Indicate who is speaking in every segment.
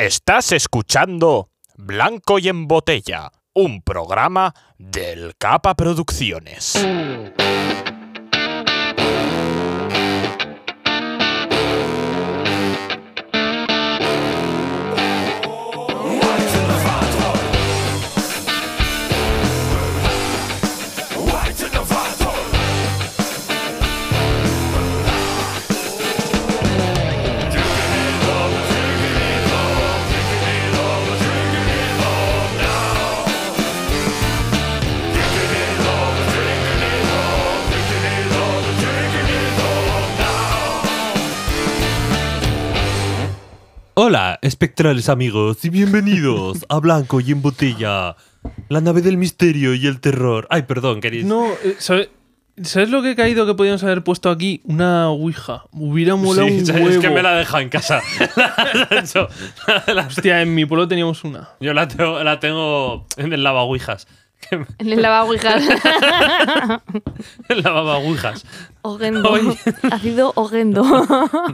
Speaker 1: Estás escuchando Blanco y en Botella, un programa del Capa Producciones.
Speaker 2: Hola, espectrales amigos, y bienvenidos a Blanco y en Botella, la nave del misterio y el terror. Ay, perdón, queréis.
Speaker 3: No, eh, ¿sabe- ¿sabes lo que he caído que podíamos haber puesto aquí? Una ouija. Hubiera molado
Speaker 2: Sí,
Speaker 3: un
Speaker 2: sabes,
Speaker 3: huevo.
Speaker 2: es que me la deja en casa. La- yo, la-
Speaker 3: Hostia, en mi pueblo teníamos una.
Speaker 2: yo la tengo, la tengo en el lavaguijas.
Speaker 4: En el lavabouijas.
Speaker 2: El lavavagüijas.
Speaker 4: Ogendo.
Speaker 2: Oye.
Speaker 4: Ha sido Ogendo.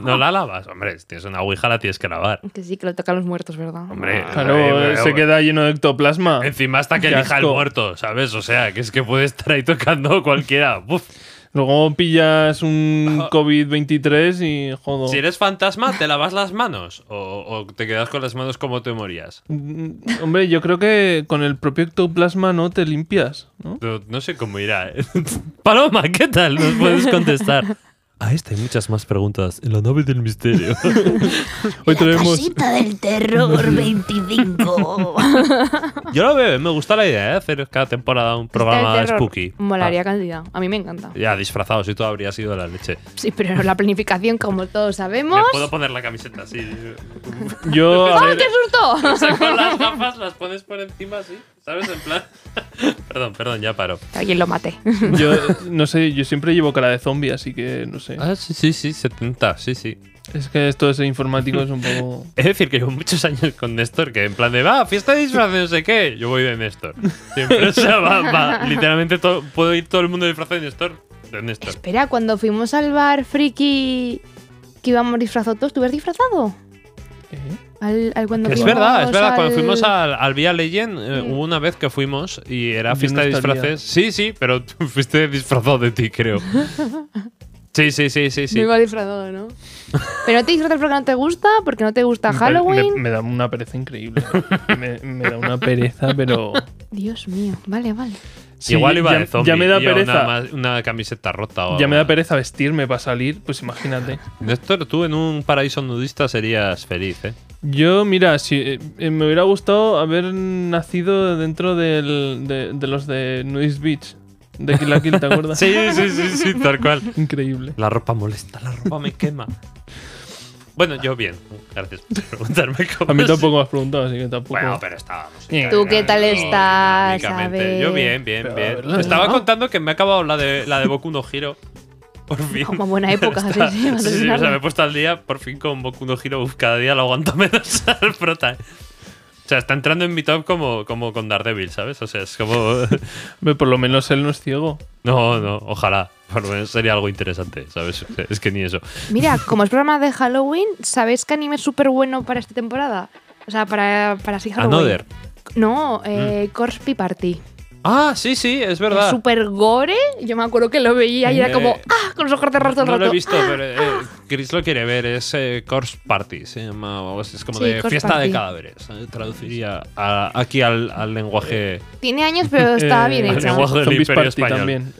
Speaker 2: No la lavas, hombre. Si tienes una ouija, la tienes que lavar.
Speaker 4: que sí, que le toca a los muertos, ¿verdad?
Speaker 2: Hombre,
Speaker 3: Claro,
Speaker 2: hombre,
Speaker 3: eh,
Speaker 2: hombre,
Speaker 3: se queda lleno de ectoplasma.
Speaker 2: Encima hasta que
Speaker 3: Qué
Speaker 2: elija el
Speaker 3: asco.
Speaker 2: muerto, ¿sabes? O sea, que es que puede estar ahí tocando cualquiera. Uf.
Speaker 3: Luego pillas
Speaker 2: Ah.
Speaker 3: un COVID-23 y jodo.
Speaker 2: Si eres fantasma, ¿te lavas las manos? ¿O, o te quedas con las manos como te morías?
Speaker 3: Mm, Hombre, yo creo que con el propio ectoplasma no te limpias, ¿no?
Speaker 2: No, no sé cómo irá. ¿eh? Paloma, ¿qué tal? Nos puedes contestar. A esta hay muchas más preguntas en la nave del misterio.
Speaker 3: Hoy tenemos...
Speaker 5: Casita del Terror 25.
Speaker 2: Yo lo veo, eh, me gusta la idea de hacer cada temporada un
Speaker 4: Está
Speaker 2: programa
Speaker 4: el Este terror.
Speaker 2: spooky.
Speaker 4: Molaría cantidad. A mí me encanta.
Speaker 2: Ah, ya, disfrazados y todo habría sido la leche.
Speaker 4: Sí, pero la planificación, como todos
Speaker 2: Me
Speaker 4: sabemos.
Speaker 2: puedo poner la camiseta así.
Speaker 3: Yo, a
Speaker 4: ¡Oh,
Speaker 3: ver,
Speaker 4: qué susto!
Speaker 2: O sea, con las gafas las pones por encima así, ¿sabes? En plan. perdón, perdón, ya paro.
Speaker 4: Que Alguien lo mate.
Speaker 3: yo no sé, yo siempre llevo cara de zombie, así que no sé.
Speaker 2: Ah, sí, sí, sí, 70, sí, sí.
Speaker 3: Es que esto de ser informático es un poco...
Speaker 2: Es decir, que llevo muchos años con Néstor, que en plan de, va, fiesta de disfraces, no sé qué, yo voy de Néstor. Siempre, o sea, va, va, literalmente to- puedo ir todo el mundo disfrazado de Néstor, de Néstor.
Speaker 4: Espera, cuando fuimos al bar friki que íbamos disfrazados todos, ¿tú ibas disfrazado?
Speaker 3: ¿Eh?
Speaker 4: Al, al cuando
Speaker 2: Es
Speaker 4: fuimos
Speaker 2: verdad, es verdad, cuando
Speaker 4: al-
Speaker 2: fuimos al, al Vía Legend, eh,
Speaker 4: Mm.
Speaker 2: hubo una vez que fuimos y era
Speaker 3: Yo
Speaker 2: fiesta
Speaker 3: no
Speaker 2: de
Speaker 3: estaría.
Speaker 2: disfraces. Sí, sí, pero tú fuiste disfrazado de ti, creo. Sí, sí, sí, sí, sí.
Speaker 4: No iba disfrazado, ¿no? pero no te disfrazas porque no te gusta, porque no te gusta
Speaker 3: Me-
Speaker 4: Halloween.
Speaker 3: Me, me da una pereza increíble. me, me da una pereza, pero.
Speaker 4: Dios mío, vale, vale.
Speaker 3: Sí,
Speaker 2: Igual iba
Speaker 3: ya,
Speaker 2: de zombie.
Speaker 3: Ya me da
Speaker 2: iba una
Speaker 3: pereza.
Speaker 2: ma- Una, camiseta rota o
Speaker 3: Ya me da
Speaker 2: algo.
Speaker 3: pereza vestirme para salir, pues imagínate.
Speaker 2: Néstor, tú en un paraíso nudista serías feliz, ¿eh?
Speaker 3: Yo, mira, si eh, eh, me hubiera gustado haber nacido dentro del- de, de los de Nudist Beach, de Kill la Kill, ¿te acuerdas?
Speaker 2: Sí, sí, sí, sí, tal cual.
Speaker 3: Increíble.
Speaker 2: La ropa molesta, la ropa me quema. Bueno, yo bien. Gracias por preguntarme cómo
Speaker 3: A mí
Speaker 2: es.
Speaker 3: tampoco me has preguntado, así que tampoco.
Speaker 2: Bueno, pero estábamos.
Speaker 3: Bien.
Speaker 4: ¿Tú qué tal estás? A
Speaker 2: Dinámicamente.
Speaker 4: ver.
Speaker 2: Yo bien, bien,
Speaker 3: Pero, a
Speaker 2: bien.
Speaker 3: ver, la-
Speaker 2: Estaba
Speaker 4: no.
Speaker 2: contando que me ha acabado la de, la de Boku no Hiro. Por fin.
Speaker 4: Como buena época, sí,
Speaker 2: Está-
Speaker 4: sí,
Speaker 2: sí, sí,
Speaker 4: patrocinarla.
Speaker 2: o sea, me he puesto al día por fin con Boku no Hiro. Uf, cada día lo aguanto menos al prota. O sea, está entrando en mi top como, como con Daredevil, ¿sabes? O sea, es como...
Speaker 3: Hombre, Por lo menos él no es ciego.
Speaker 2: No, no, ojalá. Por lo menos sería algo interesante, ¿sabes? O sea, Es que ni eso.
Speaker 4: Mira, como es programa de Halloween, ¿sabéis qué anime es súper bueno para esta temporada? O sea, para, para así Halloween.
Speaker 2: Another.
Speaker 4: No, eh, Corpse Party.
Speaker 2: Ah, sí, sí, es
Speaker 4: Es
Speaker 2: Mm. verdad.
Speaker 4: súper gore. Yo me acuerdo que lo veía y era
Speaker 2: Eh,
Speaker 4: como, ¡ah! Con los ojos cerrados todo el
Speaker 2: No lo he
Speaker 4: rato.
Speaker 2: visto, pero eh, Chris lo quiere ver. Es eh, Corpse Party, se llama. o algo así, Es como
Speaker 4: Sí,
Speaker 2: de
Speaker 4: Corpse
Speaker 2: fiesta de
Speaker 4: Party.
Speaker 2: cadáveres. eh, Traduciría a- aquí al, al lenguaje.
Speaker 4: Tiene años, pero está
Speaker 3: Eh,
Speaker 4: bien
Speaker 2: al
Speaker 4: hecha.
Speaker 2: lenguaje del
Speaker 3: Zombies
Speaker 2: Imperio
Speaker 3: Party
Speaker 2: Español.
Speaker 3: también.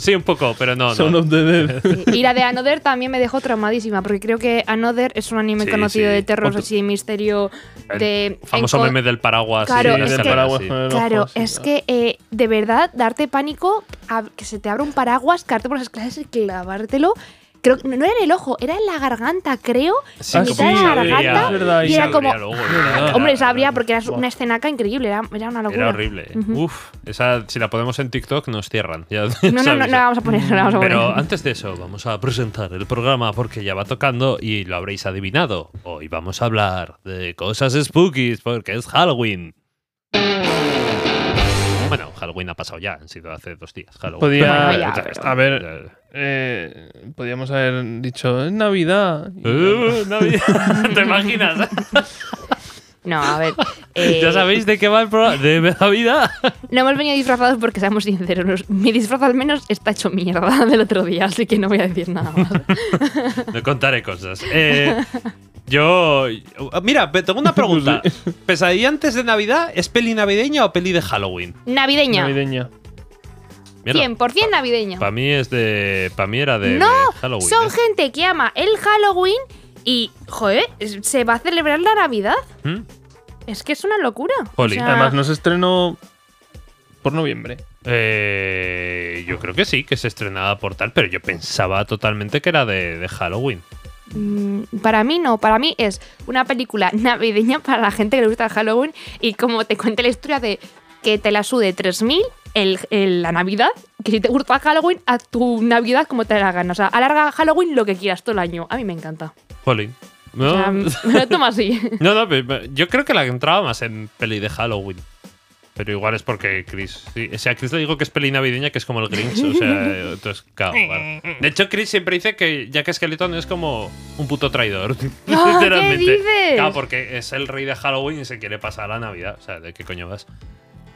Speaker 2: sí, un poco, pero no.
Speaker 3: Son
Speaker 2: no.
Speaker 3: of the Dead.
Speaker 4: Sí. Y la de Another también me dejó traumadísima, porque creo que Another es un anime
Speaker 2: Sí,
Speaker 4: conocido
Speaker 2: sí.
Speaker 4: de terror,
Speaker 2: Otro-
Speaker 4: así de misterio,
Speaker 2: El
Speaker 4: de...
Speaker 2: Famoso
Speaker 4: enco-
Speaker 2: meme del paraguas.
Speaker 4: Claro,
Speaker 2: sí,
Speaker 4: es
Speaker 2: del
Speaker 4: que-
Speaker 2: paraguas, sí.
Speaker 3: con el
Speaker 4: Claro,
Speaker 3: ojo así,
Speaker 4: es
Speaker 3: ah.
Speaker 4: que eh, de verdad, darte pánico, a- que se te abra un paraguas, caerte por las escaleras y clavártelo. Creo, no era en el ojo, era en la garganta, creo.
Speaker 2: Sí,
Speaker 3: Ah,
Speaker 2: como
Speaker 3: sí,
Speaker 2: que
Speaker 3: es
Speaker 2: sabría,
Speaker 3: verdad, es verdad,
Speaker 2: y
Speaker 3: y
Speaker 4: era
Speaker 2: sabría
Speaker 4: como-
Speaker 2: luego, ¿verdad?
Speaker 4: Hombre, sabría porque era
Speaker 3: Buah.
Speaker 4: una escenaca increíble, era, era una locura.
Speaker 2: Era horrible.
Speaker 4: Ujú.
Speaker 2: Uf, esa, si la podemos en TikTok, nos cierran. ya os
Speaker 4: No, no, no, no
Speaker 2: aviso.
Speaker 4: la vamos a poner, no la vamos a poner.
Speaker 2: Pero antes de eso, vamos a presentar el programa porque ya va tocando y lo habréis adivinado. Hoy vamos a hablar de cosas spookies porque es Halloween. Bueno, Halloween ha pasado ya, han sido hace dos días. Halloween.
Speaker 3: Podía-
Speaker 4: Bueno, ya,
Speaker 2: Ya
Speaker 4: pero-
Speaker 2: está.
Speaker 3: a ver.
Speaker 2: Ya, ya.
Speaker 3: Eh, podríamos haber dicho, es Navidad. Y-
Speaker 2: Uh, Navidad. ¿Te imaginas?
Speaker 4: No, a ver. eh,
Speaker 2: ¿Ya sabéis de qué va el programa? ¿De Navidad?
Speaker 4: No hemos venido disfrazados porque seamos sinceros. Mi disfraz al menos está hecho mierda del otro día, así que no voy a decir nada más.
Speaker 2: No contaré cosas. Eh, yo. Mira, pe- tengo una pregunta. ¿Pesadilla antes de Navidad es peli navideña o peli de Halloween?
Speaker 4: Navideña.
Speaker 3: Navideña.
Speaker 2: Mierda.
Speaker 4: 100% navideña.
Speaker 2: Para mí es de. Para mí era de,
Speaker 4: No,
Speaker 2: de Halloween.
Speaker 4: Son
Speaker 2: ¿eh?
Speaker 4: gente que ama el Halloween y, joder, es- se va a celebrar la Navidad.
Speaker 2: ¿Mm?
Speaker 4: Es que es una locura.
Speaker 2: Jolín.
Speaker 4: Ah.
Speaker 3: Además, no se estrenó por noviembre.
Speaker 2: Eh, yo creo que sí, que se estrenaba por tal, pero yo pensaba totalmente que era de, de Halloween.
Speaker 4: Mm, Para mí no, para mí es una película navideña para la gente que le gusta el Halloween y como te cuenta la historia de que te la sude 3000 el, el- la Navidad, que si te gusta Halloween, a tu Navidad como te dé la gana. O sea, alarga Halloween lo que quieras todo el año. A mí me encanta.
Speaker 2: Jolín.
Speaker 4: O
Speaker 2: No,
Speaker 4: sea, mm.
Speaker 2: no,
Speaker 4: me lo tomo así.
Speaker 2: no, pe- pe- yo creo que la que entraba más en peli de Halloween. Pero igual es porque Chris. sí, o sea, a Chris le digo que es peli navideña, que es como el Grinch. O sea, eh, entonces, claro, vale. De hecho, Chris siempre dice que Jack Skeleton es como un puto traidor.
Speaker 4: Ah,
Speaker 2: literalmente.
Speaker 4: ¿qué dices?
Speaker 2: Claro, porque es el rey de Halloween y se quiere pasar a la Navidad. O sea, ¿de qué coño vas?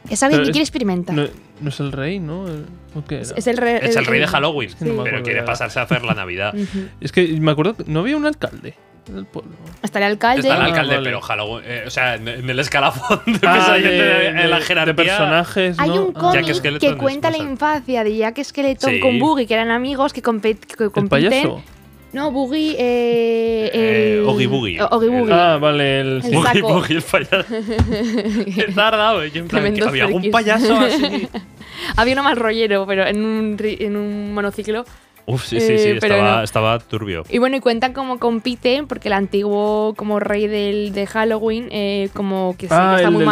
Speaker 4: Es alguien
Speaker 3: Pero
Speaker 4: que
Speaker 3: es-
Speaker 4: quiere experimentar.
Speaker 3: No, no es el rey, ¿no? Eh, ¿O qué era?
Speaker 4: es, es el, re-
Speaker 2: Es el rey de Halloween,
Speaker 3: que no me
Speaker 2: pero
Speaker 3: acuerdo
Speaker 2: quiere
Speaker 3: ya.
Speaker 2: pasarse a hacer la Navidad.
Speaker 4: Ujú.
Speaker 3: Es que me acuerdo que no había un alcalde del pueblo.
Speaker 4: Está el alcalde.
Speaker 2: Está el alcalde,
Speaker 3: Ah, vale.
Speaker 2: pero Halloween. eh, o sea, en, en el escalafón de,
Speaker 3: Ah,
Speaker 2: pesadilla de- en la
Speaker 3: de
Speaker 2: jerarquía.
Speaker 3: personajes.
Speaker 4: Hay
Speaker 3: ¿no?
Speaker 4: un
Speaker 3: Ah.
Speaker 4: cómic
Speaker 2: Jack Skeleton
Speaker 4: que
Speaker 2: es
Speaker 4: cuenta la
Speaker 2: más alto.
Speaker 4: infancia de Jack Skeleton
Speaker 2: Sí.
Speaker 4: con Boogie, que eran amigos que, compe- que compiten.
Speaker 3: El payaso.
Speaker 4: No, Boogie. Eh,
Speaker 2: Eh,
Speaker 4: el-
Speaker 2: Oogie Boogie.
Speaker 4: O- Oogie
Speaker 2: El-
Speaker 4: Boogie.
Speaker 3: Ah, vale, el.
Speaker 4: El
Speaker 3: sí.
Speaker 2: Boogie,
Speaker 4: saco.
Speaker 2: Boogie, el payaso. Qué tardado, eh, yo en plan,
Speaker 4: Tremendos
Speaker 2: que Había algún
Speaker 4: frikis.
Speaker 2: payaso así.
Speaker 4: Había uno más rollero, pero en un, ri- en un monociclo.
Speaker 2: Uf, sí, sí, sí.
Speaker 4: Eh, pero
Speaker 2: estaba,
Speaker 4: no.
Speaker 2: estaba turbio.
Speaker 4: Y bueno, y cuentan cómo compiten, porque el antiguo como rey del, de Halloween, eh, como que sí, que
Speaker 3: Ah,
Speaker 4: está
Speaker 3: el
Speaker 4: muy
Speaker 3: del saco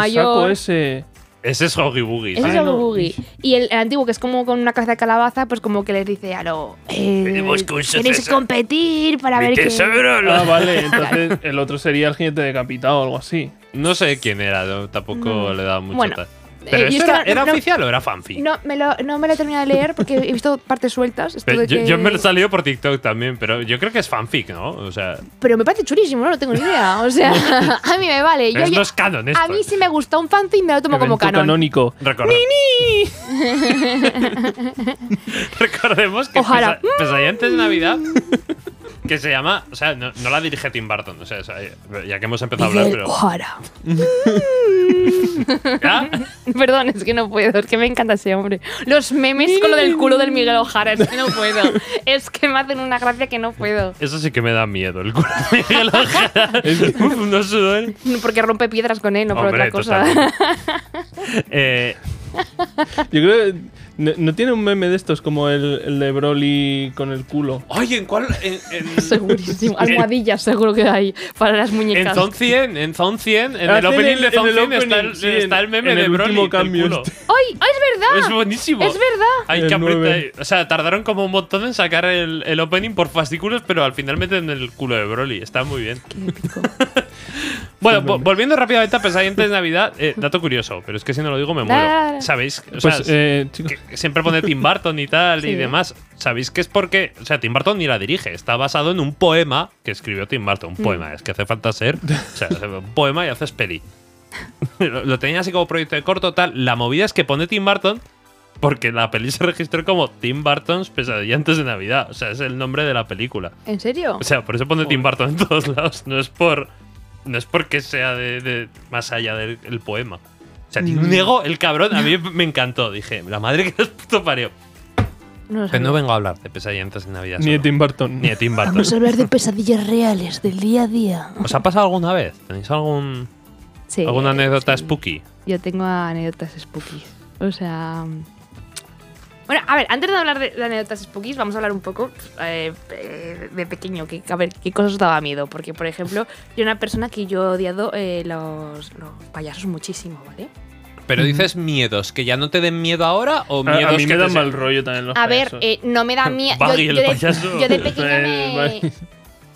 Speaker 4: mayor.
Speaker 3: ese.
Speaker 2: Ese es Hoggy Boogie.
Speaker 4: Ese
Speaker 2: sí.
Speaker 4: es
Speaker 3: Ah,
Speaker 4: el
Speaker 3: no.
Speaker 4: Boogie. Y el, el antiguo, que es como con una cabeza de calabaza, pues como que les dice a lo. eh,
Speaker 2: Venimos con un
Speaker 4: Queréis
Speaker 2: sucesor.
Speaker 4: competir para
Speaker 2: Mi
Speaker 4: ver qué. Eh,
Speaker 2: tesoro, lo-
Speaker 3: Ah, vale, entonces el otro sería el jinete decapitado o algo así.
Speaker 2: No sé quién era, no, tampoco
Speaker 4: Mm.
Speaker 2: le daba mucho
Speaker 4: Bueno,
Speaker 2: tal.
Speaker 4: Eh,
Speaker 2: Pero
Speaker 4: yo
Speaker 2: eso
Speaker 4: es que
Speaker 2: era,
Speaker 4: no-
Speaker 2: ¿era
Speaker 4: no-
Speaker 2: oficial o era fanfic.
Speaker 4: No me, lo, no me lo he terminado de leer porque he visto partes sueltas. esto
Speaker 2: Pero
Speaker 4: de
Speaker 2: yo,
Speaker 4: que-
Speaker 2: yo me lo he salido por TikTok también, pero yo creo que es fanfic, ¿no? O sea,
Speaker 4: Pero me parece chulísimo, no, no tengo ni idea. O sea, a mí me vale. Yo,
Speaker 2: es-
Speaker 4: yo-
Speaker 2: no es canon esto. ¿eh?
Speaker 4: a mí sí me gusta un fanfic y me lo tomo como
Speaker 3: Evento
Speaker 4: canon.
Speaker 3: canónico.
Speaker 2: Recordad- Recordemos que
Speaker 4: Ojalá.
Speaker 2: pesa- Pesadilla antes de Navidad que se llama, o sea, no, no la dirige Tim Burton, o sea, o sea, ya que hemos empezado a hablar,
Speaker 4: Miguel oh.
Speaker 2: pero
Speaker 4: O'Hara.
Speaker 2: ¿Ya?
Speaker 4: Perdón, es que no puedo, es que me encanta ese hombre. Los memes con lo del culo del Miguel Ojara, es que no puedo. Es que me hacen una gracia que no puedo.
Speaker 2: eso sí que me da miedo el culo de Miguel Ojeda. Uf, no sudor.
Speaker 4: Porque rompe piedras con él, no por
Speaker 2: Hombre,
Speaker 4: otra cosa.
Speaker 2: totalmente. Eh,
Speaker 3: Yo creo que no, no tiene un meme de estos como el, el de Broly con el culo.
Speaker 2: Oye, ¿en cuál? En, en-
Speaker 4: Segurísimo. Almohadillas seguro que hay para las
Speaker 2: en
Speaker 4: muñecas.
Speaker 2: Zone 100, en Zone 100, en
Speaker 3: Ah,
Speaker 2: el
Speaker 3: sí, en
Speaker 2: opening
Speaker 3: el-
Speaker 2: de
Speaker 3: en
Speaker 2: Zone
Speaker 3: el
Speaker 2: 100 está, el,
Speaker 3: opening, sí, en-
Speaker 2: está el meme
Speaker 3: en
Speaker 2: de
Speaker 3: el
Speaker 2: Broly.
Speaker 3: último
Speaker 2: del
Speaker 3: cambio
Speaker 2: culo.
Speaker 3: este.
Speaker 4: ¡Ay! ¡Ay, es verdad!
Speaker 2: Es buenísimo.
Speaker 4: Es verdad.
Speaker 2: Hay
Speaker 3: El
Speaker 2: que apretar.
Speaker 3: nueve.
Speaker 2: O sea, tardaron como un montón en sacar el, el opening por fascículos, pero al final meten el culo de Broly. Está muy bien. Bueno, vo- volviendo rápidamente a Pesadilla antes de Navidad, eh, dato curioso, pero es que si no lo digo me muero.
Speaker 4: Nah.
Speaker 2: ¿Sabéis? O sea,
Speaker 3: Pues, eh, chicos,
Speaker 2: que siempre pone Tim Burton y tal y
Speaker 4: Sí.
Speaker 2: demás. ¿Sabéis que es porque, o sea, Tim Burton ni la dirige, está basado en un poema que escribió Tim Burton, un poema, es que hace falta ser, o sea, un poema y haces peli. lo, lo tenía así como proyecto de corto tal, la movida es que pone Tim Burton porque la peli se registró como Tim Burton's Pesadilla antes de Navidad, o sea, es el nombre de la película.
Speaker 4: ¿En serio?
Speaker 2: O sea, por eso pone Tim Burton en todos lados. No es por. No es porque sea de, de- más allá del el poema. O sea,
Speaker 3: Mm.
Speaker 2: tiene un ego, el cabrón. A mí me encantó. Dije, la madre que los puto parió.
Speaker 4: No lo
Speaker 2: Pero
Speaker 4: sabía.
Speaker 2: Pues no vengo a hablar de pesadillas en Navidad.
Speaker 3: ni de
Speaker 2: solo.
Speaker 3: Tim Burton.
Speaker 2: Ni de Tim Burton.
Speaker 5: Vamos a hablar de pesadillas reales del día a día.
Speaker 2: ¿Os ha pasado alguna vez? ¿Tenéis algún,
Speaker 4: Sí, eh,
Speaker 2: alguna anécdota
Speaker 4: sí.
Speaker 2: spooky?
Speaker 4: Yo tengo anécdotas spookies. O sea. Bueno, a ver, antes de hablar de, de anécdotas spookies, vamos a hablar un poco eh, eh, de pequeño. Que, a ver, ¿qué cosas os daba miedo? Porque, por ejemplo, yo era una persona que yo he odiado eh, los, los payasos muchísimo, ¿vale?
Speaker 2: Pero dices miedos, que ya no te den miedo ahora o
Speaker 3: Ah, A,
Speaker 2: miedos
Speaker 3: a
Speaker 2: que
Speaker 3: mí me
Speaker 2: te
Speaker 3: dan
Speaker 2: sean-
Speaker 3: mal rollo también los
Speaker 4: A ver,
Speaker 3: payasos.
Speaker 4: eh, no me da miedo. Yo,
Speaker 2: Baggy el
Speaker 4: yo de,
Speaker 2: payaso.
Speaker 4: yo de pequeña
Speaker 3: Eh,
Speaker 4: me,
Speaker 3: Baggy.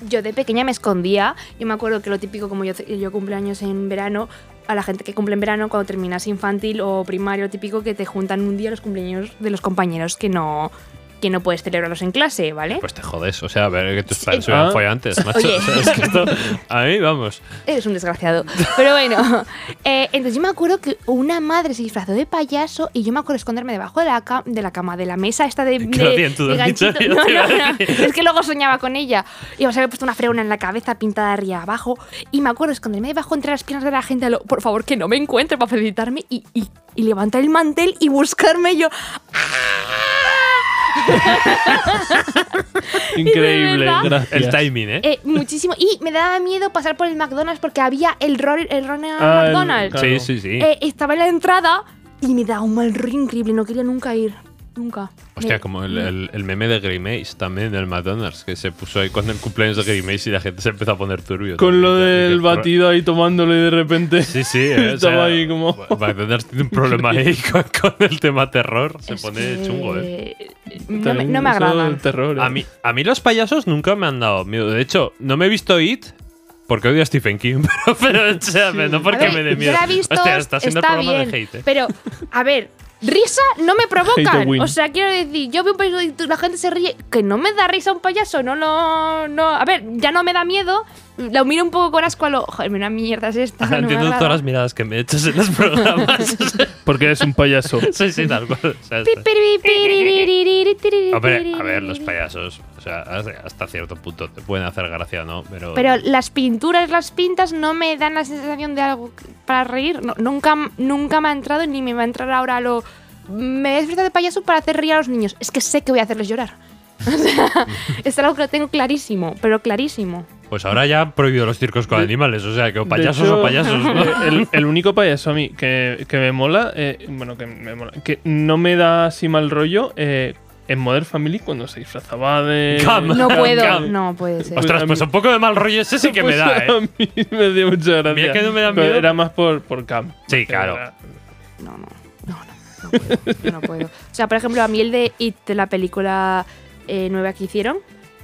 Speaker 4: yo de pequeña me escondía. Yo me acuerdo que lo típico, como yo, yo cumpleaños en verano, a la gente que cumple en verano, cuando terminas infantil o primario, típico que te juntan un día los cumpleaños de los compañeros que no, que no puedes celebrarlos en clase, ¿vale?
Speaker 2: Pues te jodes, o sea, a ver que tus padres se
Speaker 3: Ah.
Speaker 2: hubieran follado antes, macho.
Speaker 4: Oye.
Speaker 2: O sea, es que esto, a mí, vamos.
Speaker 4: Eres un desgraciado. Pero bueno, eh, entonces yo me acuerdo que una madre se disfrazó de payaso y yo me acuerdo esconderme debajo de la, ca- de la cama, de la mesa esta de.
Speaker 2: Que lo
Speaker 4: de-
Speaker 2: tienen tú,
Speaker 4: de
Speaker 2: has dicho,
Speaker 4: ganchito.
Speaker 2: yo
Speaker 4: No,
Speaker 2: te iba a
Speaker 4: no, no.
Speaker 2: decir.
Speaker 4: Es que luego soñaba con ella. Y se había puesto una fregona en la cabeza pintada arriba abajo. Y me acuerdo esconderme debajo entre las piernas de la gente, a lo, por favor que no me encuentre para felicitarme y, y- y levantar el mantel y buscarme yo.
Speaker 3: Increíble,
Speaker 4: verdad.
Speaker 3: gracias.
Speaker 2: El timing, ¿eh?
Speaker 4: eh, muchísimo. Y me daba miedo pasar por el McDonald's porque había el, ro- el Ronald
Speaker 3: Ah, el-
Speaker 4: McDonald's.
Speaker 3: claro.
Speaker 2: Sí, sí, sí.
Speaker 4: Eh, estaba en la entrada y me daba un mal rollo increíble. No quería nunca ir. Nunca.
Speaker 2: Hostia,
Speaker 4: Me-
Speaker 2: como el, el- el meme de Grimace también del McDonald's, que se puso ahí cuando el cumpleaños de Grimace y la gente se empezó a poner turbio.
Speaker 3: Con
Speaker 2: también.
Speaker 3: lo
Speaker 2: Así
Speaker 3: del
Speaker 2: que-
Speaker 3: batido ahí tomándolo y de repente.
Speaker 2: Sí, sí. eh, o sea,
Speaker 3: Estaba ahí como-
Speaker 2: McDonald's tiene un problema ahí con, con el tema terror. Se
Speaker 4: es
Speaker 2: pone
Speaker 4: que-
Speaker 2: chungo, ¿eh?
Speaker 4: No me,
Speaker 3: También
Speaker 4: no me
Speaker 3: eso
Speaker 4: agradan.
Speaker 3: del terror, eh.
Speaker 2: A mí, a mí los payasos nunca me han dado miedo. De hecho, no me he visto It porque odio a Stephen King, pero, pero, o sea, no
Speaker 4: A
Speaker 2: porque
Speaker 4: ver,
Speaker 2: me dé
Speaker 4: yo
Speaker 2: miedo.
Speaker 4: la he visto,
Speaker 2: Hostia, está siendo el programa
Speaker 4: bien,
Speaker 2: de hate. eh.
Speaker 4: Pero, a ver, risa no me
Speaker 3: Hate
Speaker 4: provocan.
Speaker 3: the win.
Speaker 4: O sea, quiero decir, yo veo un payaso y tú- la gente se ríe. Que no me da risa un payaso, no lo. No, a ver, ya no me da miedo. Lo miro un poco con asco a lo. Joder, una mierda es esta.
Speaker 2: Ahora
Speaker 4: no me
Speaker 2: Entiendo
Speaker 4: agrada.
Speaker 2: todas las eh. miradas que me echas en los programas.
Speaker 3: Porque eres un payaso.
Speaker 2: sí, sí, tal cual. o sea,
Speaker 4: Pi, piri, piri, piri,
Speaker 2: Hombre,
Speaker 4: piri,
Speaker 2: a ver, los
Speaker 4: piri.
Speaker 2: payasos, o sea, hasta cierto punto te pueden hacer gracia o no, pero,
Speaker 4: Pero las pinturas, las pintas no me dan la sensación de algo que- para reír. No, nunca, nunca me ha entrado ni me va a entrar ahora lo. Me voy a disfrazar de payaso para hacer reír a los niños. Es que sé que voy a hacerles llorar. O sea, es algo que lo tengo clarísimo, pero clarísimo.
Speaker 2: pues ahora ya han prohibido los circos con animales, o sea, que o
Speaker 3: De
Speaker 2: payasos
Speaker 3: hecho,
Speaker 2: o payasos, ¿no?
Speaker 3: eh, El, el único payaso a mí que, que me mola, eh, bueno, que me mola, que no me da así mal rollo, eh, en Modern Family cuando se disfrazaba de...
Speaker 2: Cam.
Speaker 4: No
Speaker 2: Cam,
Speaker 4: puedo,
Speaker 2: cam.
Speaker 4: no puede ser.
Speaker 3: Pues
Speaker 2: Ostras,
Speaker 3: a
Speaker 2: pues
Speaker 3: mí-
Speaker 2: un poco de mal rollo ese sí que me
Speaker 3: Pues
Speaker 2: da,
Speaker 3: A
Speaker 2: ¿eh?
Speaker 3: mí me dio mucha gracia.
Speaker 2: Mira que no me da
Speaker 3: Pero
Speaker 2: miedo.
Speaker 3: Era más por, por Cam.
Speaker 2: Sí, claro.
Speaker 3: Era-
Speaker 4: No, no, no, no, no puedo, yo no puedo. O sea, por ejemplo, a mí el de It, de la película eh, nueva que hicieron,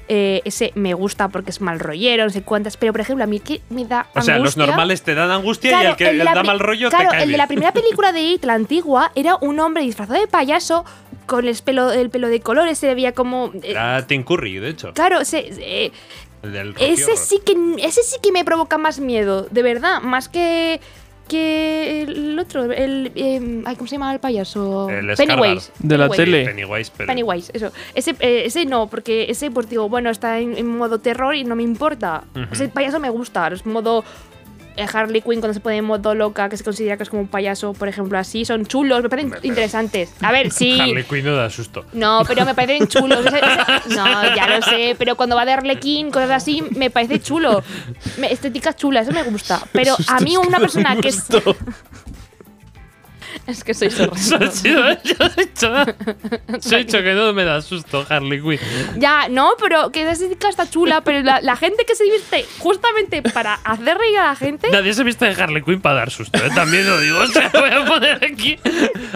Speaker 4: eh, ese me gusta porque es mal rollero, no sé cuántas, pero por ejemplo, a mí el que me da
Speaker 2: O sea, los
Speaker 4: angustia-
Speaker 2: normales te dan angustia y
Speaker 4: Claro,
Speaker 2: el que
Speaker 4: el de
Speaker 2: les
Speaker 4: la
Speaker 2: da
Speaker 4: pri-
Speaker 2: mal rollo
Speaker 4: claro,
Speaker 2: te cae
Speaker 4: el de
Speaker 2: bien.
Speaker 4: la primera película de It, la antigua, era un hombre disfrazado de payaso con el pelo, el pelo de colores, se le veía como... eh,
Speaker 2: Era Tim Curry, de hecho.
Speaker 4: Claro, se- eh,
Speaker 2: el del eh, Rocky
Speaker 4: ese,
Speaker 2: Horror.
Speaker 4: sí que, ese sí que me provoca más miedo, de verdad, más que, que el otro, el... eh, ay, ¿Cómo se llama el payaso?
Speaker 2: El Skarsgård.
Speaker 4: Pennywise.
Speaker 3: De la
Speaker 4: Pennywise.
Speaker 3: tele.
Speaker 2: Sí, Pennywise, pero.
Speaker 4: Pennywise, eso. Ese, eh, ese no, porque ese, pues digo, bueno, está en, en modo terror y no me importa. Ese payaso me gusta, es modo eh, Harley Quinn cuando se pone en modo loca, que se considera que es como un payaso, por ejemplo, así, son chulos, me parecen
Speaker 2: Hombre, pero-
Speaker 4: interesantes. A ver, sí.
Speaker 2: Harley Quinn no da susto.
Speaker 4: No, pero me parecen chulos. Ese- ese- no, ya lo sé, pero cuando va de Arlequín, cosas así, me parece chulo. Me- estética chula, eso me gusta. Pero a mí una persona que es... Es que soy sorda.
Speaker 2: Yo he dicho, yo he dicho que no me da susto Harley Quinn.
Speaker 4: Ya, no, pero que esa chica está chula, pero la, la gente que se divierte justamente para hacer reír a la gente.
Speaker 2: Nadie se viste de Harley Quinn para dar susto, ¿eh? también lo digo. O sea, voy a poner aquí.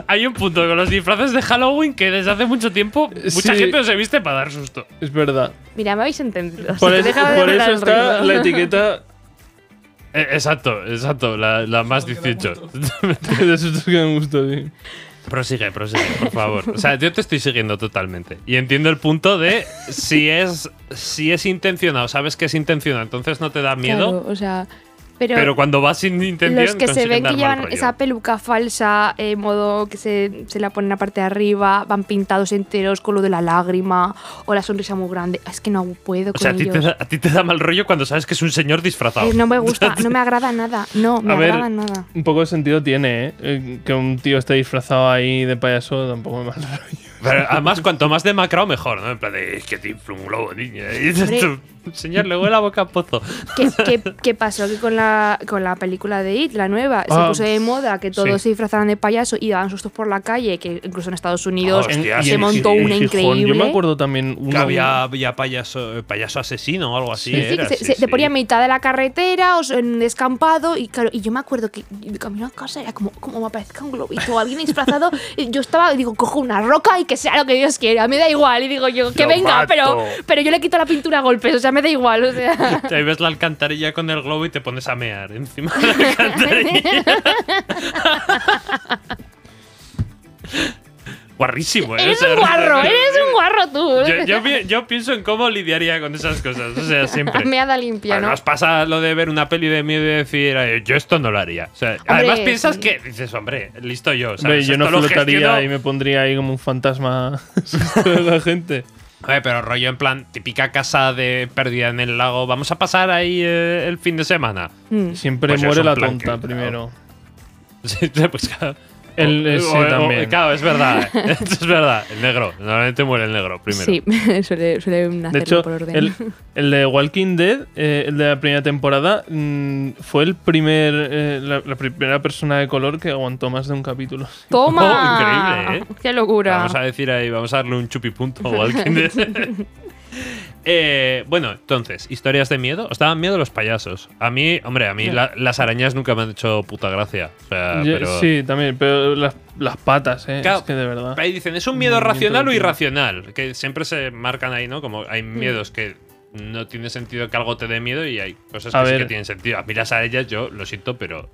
Speaker 2: Hay un punto con los disfraces de Halloween que desde hace mucho tiempo mucha
Speaker 3: Sí.
Speaker 2: gente no se viste para dar susto.
Speaker 3: Es verdad.
Speaker 4: Mira, me habéis entendido. así
Speaker 3: Por,
Speaker 4: que
Speaker 3: eso-
Speaker 4: dejad de
Speaker 3: por
Speaker 4: hablar
Speaker 3: eso
Speaker 4: al
Speaker 3: está
Speaker 4: ruido.
Speaker 3: la etiqueta
Speaker 2: Eh, exacto, exacto, la, la más 18.
Speaker 3: de sustos que me gustó, sí.
Speaker 2: prosigue, prosigue, por favor. O sea, yo te estoy siguiendo totalmente. Y entiendo el punto de si es, si es intencionado, sabes que es intencionado, entonces no te da miedo.
Speaker 4: Claro, o sea, pero,
Speaker 2: Pero cuando vas sin intención,
Speaker 4: los que se
Speaker 2: consiguen
Speaker 4: ven
Speaker 2: dar
Speaker 4: que
Speaker 2: mal
Speaker 4: llevan
Speaker 2: rollo.
Speaker 4: esa peluca falsa, eh, modo que se, se la ponen la parte de arriba, van pintados enteros con lo de la lágrima o la sonrisa muy grande. Es que no puedo
Speaker 2: O
Speaker 4: con
Speaker 2: sea, a ti,
Speaker 4: ellos.
Speaker 2: te da, a ti te da mal rollo cuando sabes que es un señor disfrazado.
Speaker 4: Eh, no me gusta, no me agrada nada. No, me
Speaker 3: A ver,
Speaker 4: agrada nada.
Speaker 3: Un poco de sentido tiene, ¿eh? ¿eh? Que un tío esté disfrazado ahí de payaso tampoco me mal rollo.
Speaker 2: Pero además, cuanto más demacrado, mejor, ¿no? En plan de, es que te infla un globo, niña. Y dices
Speaker 4: Hombre.
Speaker 2: tú, señor, le huele la boca a pozo.
Speaker 4: ¿Qué, qué, qué pasó que con la, con la película de It, la nueva? Se
Speaker 3: Ah,
Speaker 4: puso de moda que todos
Speaker 3: sí.
Speaker 4: se disfrazaran de payaso y daban sustos por la calle, que incluso en Estados Unidos
Speaker 2: Hostia,
Speaker 3: En- y
Speaker 4: se
Speaker 3: en-
Speaker 4: montó
Speaker 3: en
Speaker 4: una
Speaker 3: Gijón,
Speaker 4: increíble.
Speaker 3: Yo me acuerdo también uno.
Speaker 2: Que había, había payaso, eh, payaso asesino o algo así. ¿eh?
Speaker 4: Sí, sí,
Speaker 2: era,
Speaker 4: que se-
Speaker 2: sí,
Speaker 4: se-
Speaker 2: sí.
Speaker 4: te ponía en mitad de la carretera o s- en un descampado y claro, y yo me acuerdo que de camino a casa era como, como me aparezca un globito, alguien disfrazado, y yo estaba, digo, cojo una roca y que que sea lo que Dios quiera, me da igual. Y digo yo, que
Speaker 1: Lo
Speaker 4: venga,
Speaker 1: mato.
Speaker 4: pero, pero yo le quito la pintura a golpes, o sea, me da igual. O sea.
Speaker 2: Ahí ves la alcantarilla con el globo y te pones a mear encima de la alcantarilla. Guarrísimo, ¿eh?
Speaker 4: eres
Speaker 2: O sea,
Speaker 4: un guarro, eres un guarro tú.
Speaker 2: Yo, yo pi- yo pienso en cómo lidiaría con esas cosas, o sea, siempre.
Speaker 4: Meada limpia, ¿no?
Speaker 2: Además pasa lo de ver una peli de miedo y decir, "Ay, yo esto no lo haría. O sea, además piensas
Speaker 4: sí.
Speaker 2: que dices, hombre, listo yo.
Speaker 3: Ve,
Speaker 2: ¿sabes?
Speaker 3: yo no
Speaker 2: Esto lo
Speaker 3: flotaría
Speaker 2: gestiono".
Speaker 3: y me pondría ahí como un fantasma de la gente.
Speaker 2: A ver, pero rollo en plan, típica casa de pérdida en el lago, vamos a pasar ahí eh, el fin de semana.
Speaker 4: Mm.
Speaker 3: Siempre
Speaker 2: Pues es
Speaker 3: muere
Speaker 2: un
Speaker 3: la
Speaker 2: plan
Speaker 3: tonta
Speaker 2: que-
Speaker 3: primero.
Speaker 2: Sí, pues, claro.
Speaker 3: El- eh, sí,
Speaker 2: o- o-
Speaker 3: también.
Speaker 2: claro, es verdad. es verdad. El negro. Normalmente muere el negro primero.
Speaker 4: Sí, suele, suele hacerlo
Speaker 3: De hecho,
Speaker 4: por orden.
Speaker 3: el, el de Walking Dead, eh, el de la primera temporada, mm, fue el primer, eh, la, la primera persona de color que aguantó más de un capítulo.
Speaker 4: ¡Toma!
Speaker 2: Oh, increíble, ¿eh?
Speaker 4: ¡Qué locura!
Speaker 2: Vamos a decir ahí, vamos a darle un chupipunto a Walking Dead. Eh, bueno, entonces, historias de miedo. Os daban miedo los payasos. A mí, hombre, a mí la- las arañas nunca me han hecho puta gracia. O sea,
Speaker 3: Yo-
Speaker 2: Ah, pero.
Speaker 3: Sí, también, pero las, las patas, eh,
Speaker 2: Claro,
Speaker 3: es que de verdad.
Speaker 2: Ahí dicen, es un miedo
Speaker 3: Movimiento
Speaker 2: racional o
Speaker 3: del tiempo.
Speaker 2: irracional. Que siempre se marcan ahí, ¿no? Como hay
Speaker 3: Mm.
Speaker 2: miedos que no tiene sentido que algo te dé miedo y hay cosas que
Speaker 3: A
Speaker 2: sí
Speaker 3: ver.
Speaker 2: que tienen sentido. A mí las ellas yo lo siento, pero.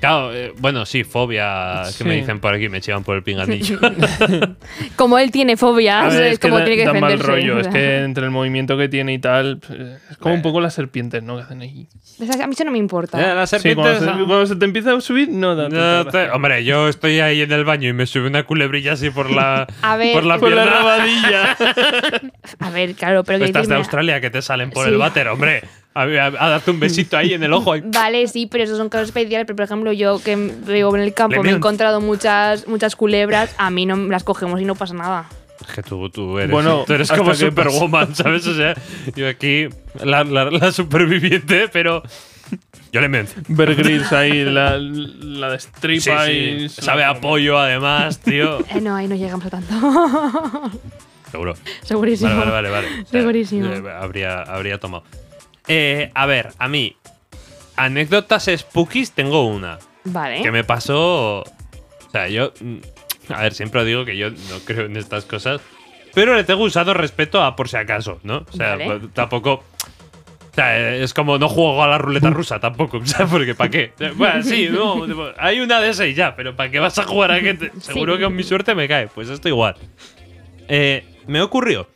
Speaker 2: Claro, eh, bueno, sí, fobia que me
Speaker 3: Sí.
Speaker 2: dicen por aquí, me chivan por el pinganillo.
Speaker 4: Como él tiene
Speaker 3: A
Speaker 4: fobias,
Speaker 3: ver,
Speaker 4: Ah, es como
Speaker 3: da-
Speaker 4: tiene que
Speaker 3: da
Speaker 4: defenderse.
Speaker 3: mal rollo, es
Speaker 4: o sea.
Speaker 3: que entre el movimiento que tiene y tal, pues, es como
Speaker 2: Eh.
Speaker 3: un poco las serpientes, ¿no? Que hacen ahí.
Speaker 4: Esas- Pues A mí eso no me importa.
Speaker 2: Eh, las
Speaker 3: Sí, cuando
Speaker 2: serpientes.
Speaker 3: se,
Speaker 2: ah,
Speaker 3: cuando se te empieza a subir, no da.
Speaker 2: no
Speaker 3: tanta
Speaker 2: te-
Speaker 3: gracia.
Speaker 2: hombre, yo estoy ahí en el baño y me sube una culebrilla así por la,
Speaker 4: A ver,
Speaker 2: por la
Speaker 3: Por la
Speaker 2: pierna.
Speaker 3: rabadilla.
Speaker 4: A ver, claro, pero que
Speaker 2: Estas de
Speaker 4: decirme-
Speaker 2: Australia que te salen por
Speaker 4: Sí.
Speaker 2: el váter, hombre. A, a- a darte un besito ahí en el ojo. ahí.
Speaker 4: Vale, sí, pero esos son casos especiales. Pero, por ejemplo, yo que m- vivo en el campo me he
Speaker 2: Levión.
Speaker 4: encontrado muchas, muchas culebras. A mí no las cogemos y no pasa nada.
Speaker 2: Es que tú, tú eres,
Speaker 3: Bueno,
Speaker 2: tú eres
Speaker 3: hasta
Speaker 2: como
Speaker 3: que
Speaker 2: Superwoman, ¿sabes? O sea, yo aquí, la, la- la superviviente, pero yo le miento.
Speaker 3: Ver Grylls ahí, la, la destripa
Speaker 2: Sí,
Speaker 3: y.
Speaker 2: sí. Sabe a pollo, además, tío.
Speaker 4: Eh, no, ahí no llegamos a tanto.
Speaker 2: Seguro.
Speaker 4: Segurísimo.
Speaker 2: Vale, vale, vale. vale. O sea,
Speaker 4: Segurísimo.
Speaker 2: eh, habría, habría tomado. Eh, a ver, a mí, anécdotas spookies tengo una.
Speaker 4: Vale.
Speaker 2: que me pasó. O sea, yo. mm, A ver, siempre digo que yo no creo en estas cosas. Pero le tengo usado respeto a por si acaso, ¿no? O sea,
Speaker 4: Vale.
Speaker 2: pues, tampoco. O sea, eh, es como no juego a la ruleta rusa tampoco, o sea, porque ¿para qué? Eh, Bueno, sí, no, tipo, hay una de esas y ya, pero ¿para qué vas a jugar a que te- Seguro que con mi suerte me cae, pues esto igual. Eh, me ocurrió.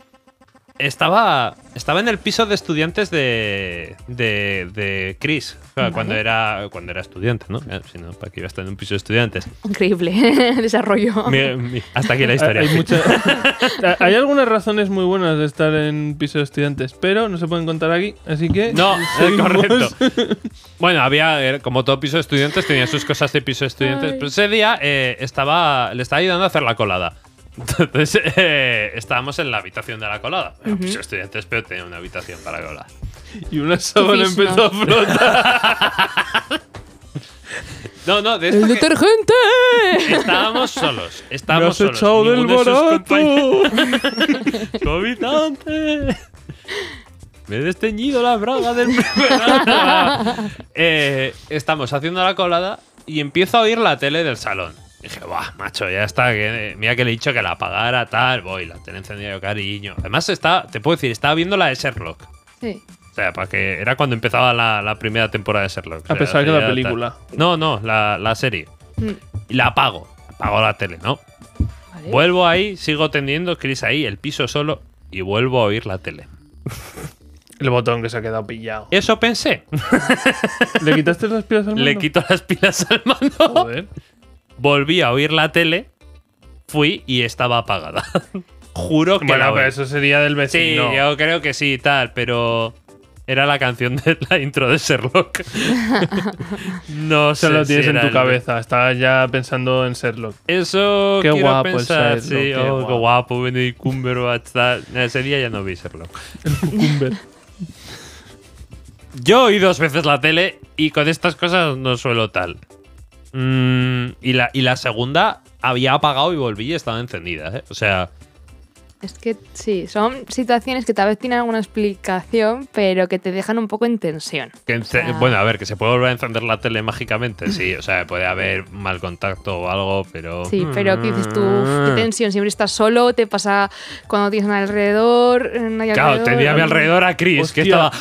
Speaker 2: Estaba, estaba en el piso de estudiantes de, de, de Chris, o sea,
Speaker 4: Vale.
Speaker 2: cuando, era, cuando era estudiante, ¿no? Eh, Si no, para que iba a estar en un piso de estudiantes.
Speaker 4: Increíble. Desarrollo.
Speaker 2: Mi- mi- hasta aquí la historia.
Speaker 3: Hay, mucha- hay algunas razones muy buenas de estar en piso de estudiantes, pero no se pueden contar aquí, así que.
Speaker 2: No, es
Speaker 3: seguimos.
Speaker 2: correcto. Bueno, había, eh, como todo piso de estudiantes, tenía sus cosas de piso de estudiantes.
Speaker 4: Ay.
Speaker 2: Pero ese día eh, estaba, le estaba ayudando a hacer la colada. Entonces, eh, estábamos en la habitación de la colada. Era un piso de estudiantes, pero tenía una habitación para colada.
Speaker 3: Y una sábana
Speaker 4: Qué
Speaker 3: empezó a flotar.
Speaker 2: No, no, de
Speaker 4: ¡El
Speaker 2: esto que
Speaker 4: detergente!
Speaker 2: estábamos solos.
Speaker 3: Me
Speaker 2: Estábamos
Speaker 3: has
Speaker 2: solos.
Speaker 3: echado del
Speaker 2: Ninguno de sus compañeros-
Speaker 3: barato.
Speaker 2: ¡Tu habitante! Me he desteñido la braga del primer Eh, Estamos haciendo la colada y empiezo a oír la tele del salón. Dije, guau, macho, ya está. Que, eh, mira que le he dicho que la apagara, tal. Voy, la tele encendida yo, cariño. Además, está, te puedo decir, estaba viendo la de Sherlock.
Speaker 4: Sí.
Speaker 2: O sea, para que era cuando empezaba la, la primera temporada de Sherlock. O sea,
Speaker 3: pesar que la
Speaker 2: ya tal.
Speaker 3: película.
Speaker 2: No, no, la, la serie.
Speaker 4: Mm,
Speaker 2: Y la apago. Apago la tele, ¿no?
Speaker 4: vale.
Speaker 2: Vuelvo ahí, sigo tendiendo, Chris ahí, el piso solo, y vuelvo a oír la tele.
Speaker 3: El botón que se ha quedado pillado.
Speaker 2: Eso pensé.
Speaker 3: ¿Le quitaste las pilas al mando?
Speaker 2: Le quito las pilas al mando.
Speaker 3: Joder.
Speaker 2: Volví a oír la tele. Fui y estaba apagada. Juro que. la
Speaker 3: Bueno,
Speaker 2: oí.
Speaker 3: pero eso sería del
Speaker 2: Sí,
Speaker 3: vecino.
Speaker 2: yo creo que sí, tal, pero. Era la canción de la intro de Sherlock. no sé.
Speaker 3: Eso lo tienes
Speaker 2: si
Speaker 3: en
Speaker 2: era
Speaker 3: tu
Speaker 2: el-
Speaker 3: cabeza. Estás ya pensando en serlo.
Speaker 2: Eso.
Speaker 3: Qué
Speaker 2: quiero
Speaker 3: guapo el
Speaker 2: pensar,
Speaker 3: Sherlock,
Speaker 2: sí,
Speaker 3: qué
Speaker 2: oh, qué
Speaker 3: guapo.
Speaker 2: guapo, Benedict Cumberbatch. tal. Ese día ya no vi Sherlock.
Speaker 3: Cucumber.
Speaker 2: Yo oí dos veces la tele y con estas cosas no suelo tal. Mm, y, la, y la segunda había apagado y volví y estaba encendida, ¿eh? O sea,
Speaker 4: Es que sí, son situaciones que tal vez tienen alguna explicación, pero que te dejan un poco en tensión.
Speaker 2: Que ence-
Speaker 4: sea-
Speaker 2: Bueno, a ver, que se puede volver a encender la tele mágicamente, sí. O sea, puede haber mal contacto o algo, pero.
Speaker 4: Sí, pero que dices tú, "Uf, qué
Speaker 2: Mm.
Speaker 4: tensión, siempre estás solo, te pasa cuando tienes nadie alrededor, eh, nadie
Speaker 2: Claro,
Speaker 4: alrededor.
Speaker 2: tenía a mi alrededor a Chris, que
Speaker 3: Hostia.
Speaker 2: estaba.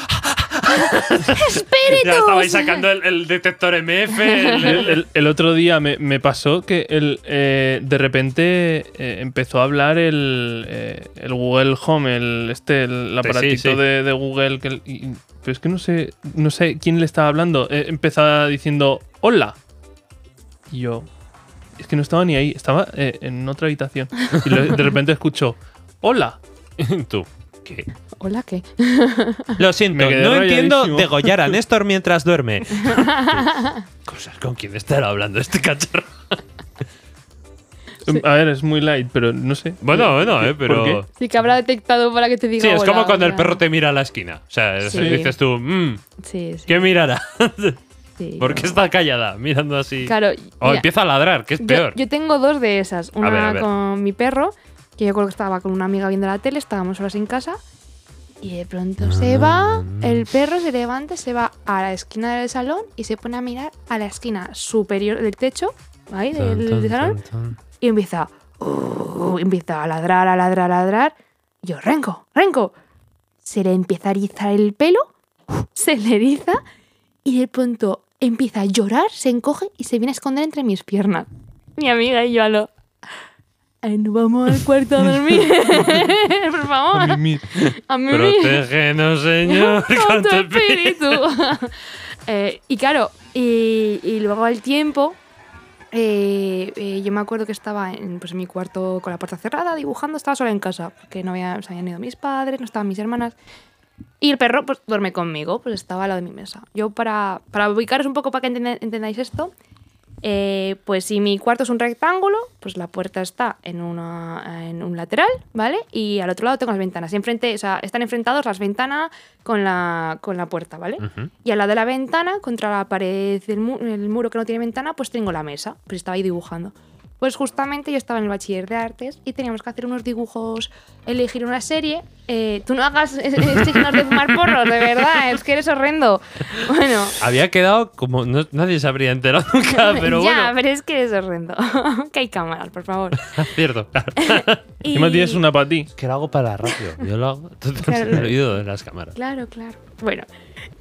Speaker 2: ¡Espíritus! Ya estabais sacando el, el detector MF. el- el-
Speaker 3: El, el- el otro día me, me pasó que el, eh, de repente eh, empezó a hablar el, eh, el Google Home, el, este, el aparatito
Speaker 2: sí.
Speaker 3: De, de Google. Que el- y- y- pero es que no sé, no sé quién le estaba hablando. Eh, empezaba diciendo, hola. Y yo, es que no estaba ni ahí, estaba eh, en otra habitación. Y lo- de repente escucho, hola.
Speaker 2: Tú. ¿Qué?
Speaker 4: Hola, ¿qué?
Speaker 2: Lo siento,
Speaker 3: Me quedé
Speaker 2: no entiendo
Speaker 3: rayadísimo.
Speaker 2: degollar a Néstor mientras duerme. Tú, Cosas con quién estará hablando este cacharro.
Speaker 3: A ver, es muy light, pero no sé.
Speaker 2: Bueno, bueno, eh,
Speaker 3: ¿Por
Speaker 2: pero.
Speaker 3: qué?
Speaker 4: Sí que habrá detectado para que te diga
Speaker 2: Sí, es
Speaker 4: hola,
Speaker 2: como cuando el
Speaker 4: hola.
Speaker 2: perro te mira a la esquina. O sea,
Speaker 4: Sí.
Speaker 2: dices tú, "Mm,
Speaker 4: Sí, sí,
Speaker 2: ¿qué mirará?
Speaker 4: sí,
Speaker 2: ¿Por qué
Speaker 4: no.
Speaker 2: está callada? Mirando así.
Speaker 4: Claro,
Speaker 2: o
Speaker 4: mira,
Speaker 2: empieza a ladrar, que es
Speaker 4: yo-
Speaker 2: peor.
Speaker 4: Yo, tengo dos de esas. Una
Speaker 2: ver, a ver.
Speaker 4: con mi perro, que yo creo que estaba con una amiga viendo la tele, estábamos solas en casa. Y de pronto se va, el perro se levanta, se va a la esquina del salón y se pone a mirar a la esquina superior del techo, ahí del, del salón, y empieza, "Uh", empieza a ladrar, a ladrar, a ladrar. Yo, Renko, Renko. Se le empieza a erizar el pelo, se le eriza y de pronto empieza a llorar, se encoge y se viene a esconder entre mis piernas. Mi amiga y yo a lo... "Ay, no vamos al cuarto a dormir. Por
Speaker 3: A
Speaker 4: favor.
Speaker 3: mimir.
Speaker 4: A mí
Speaker 2: Protégenos, Señor, con tu espíritu.
Speaker 4: espíritu. Eh, y claro, y, y luego al tiempo, eh, eh, yo me acuerdo que estaba en, pues, en mi cuarto con la puerta cerrada dibujando, estaba sola en casa, porque no había- se habían ido mis padres, no estaban mis hermanas. Y el perro pues, duerme conmigo, pues estaba al lado de mi mesa. Yo para, para ubicaros un poco, para que entenda- entendáis esto, eh, pues si mi cuarto es un rectángulo, pues la puerta está en, una, en un lateral, ¿vale? Y al otro lado tengo las ventanas. Y enfrente, o sea, están enfrentados las ventanas con la, con la puerta, ¿vale?
Speaker 2: Ujú.
Speaker 4: Y al lado de la ventana, contra la pared del mu- el muro que no tiene ventana, pues tengo la mesa. Pues estaba ahí dibujando. Pues justamente yo estaba en el bachiller de artes y teníamos que hacer unos dibujos, elegir una serie. Eh, tú no hagas eh, eh, signos de fumar porros, de verdad, es que eres horrendo. Bueno,
Speaker 2: Había quedado como. no- nadie se habría enterado nunca, pero
Speaker 4: ya,
Speaker 2: bueno.
Speaker 4: pero es que es horrendo. que hay cámaras, por favor.
Speaker 2: Cierto, claro.
Speaker 4: Y-
Speaker 3: Encima tienes una para ti.
Speaker 2: Que lo hago para la radio. Yo lo hago. Tú te has
Speaker 4: Claro.
Speaker 2: olvidado de las cámaras.
Speaker 4: Claro, claro. Bueno,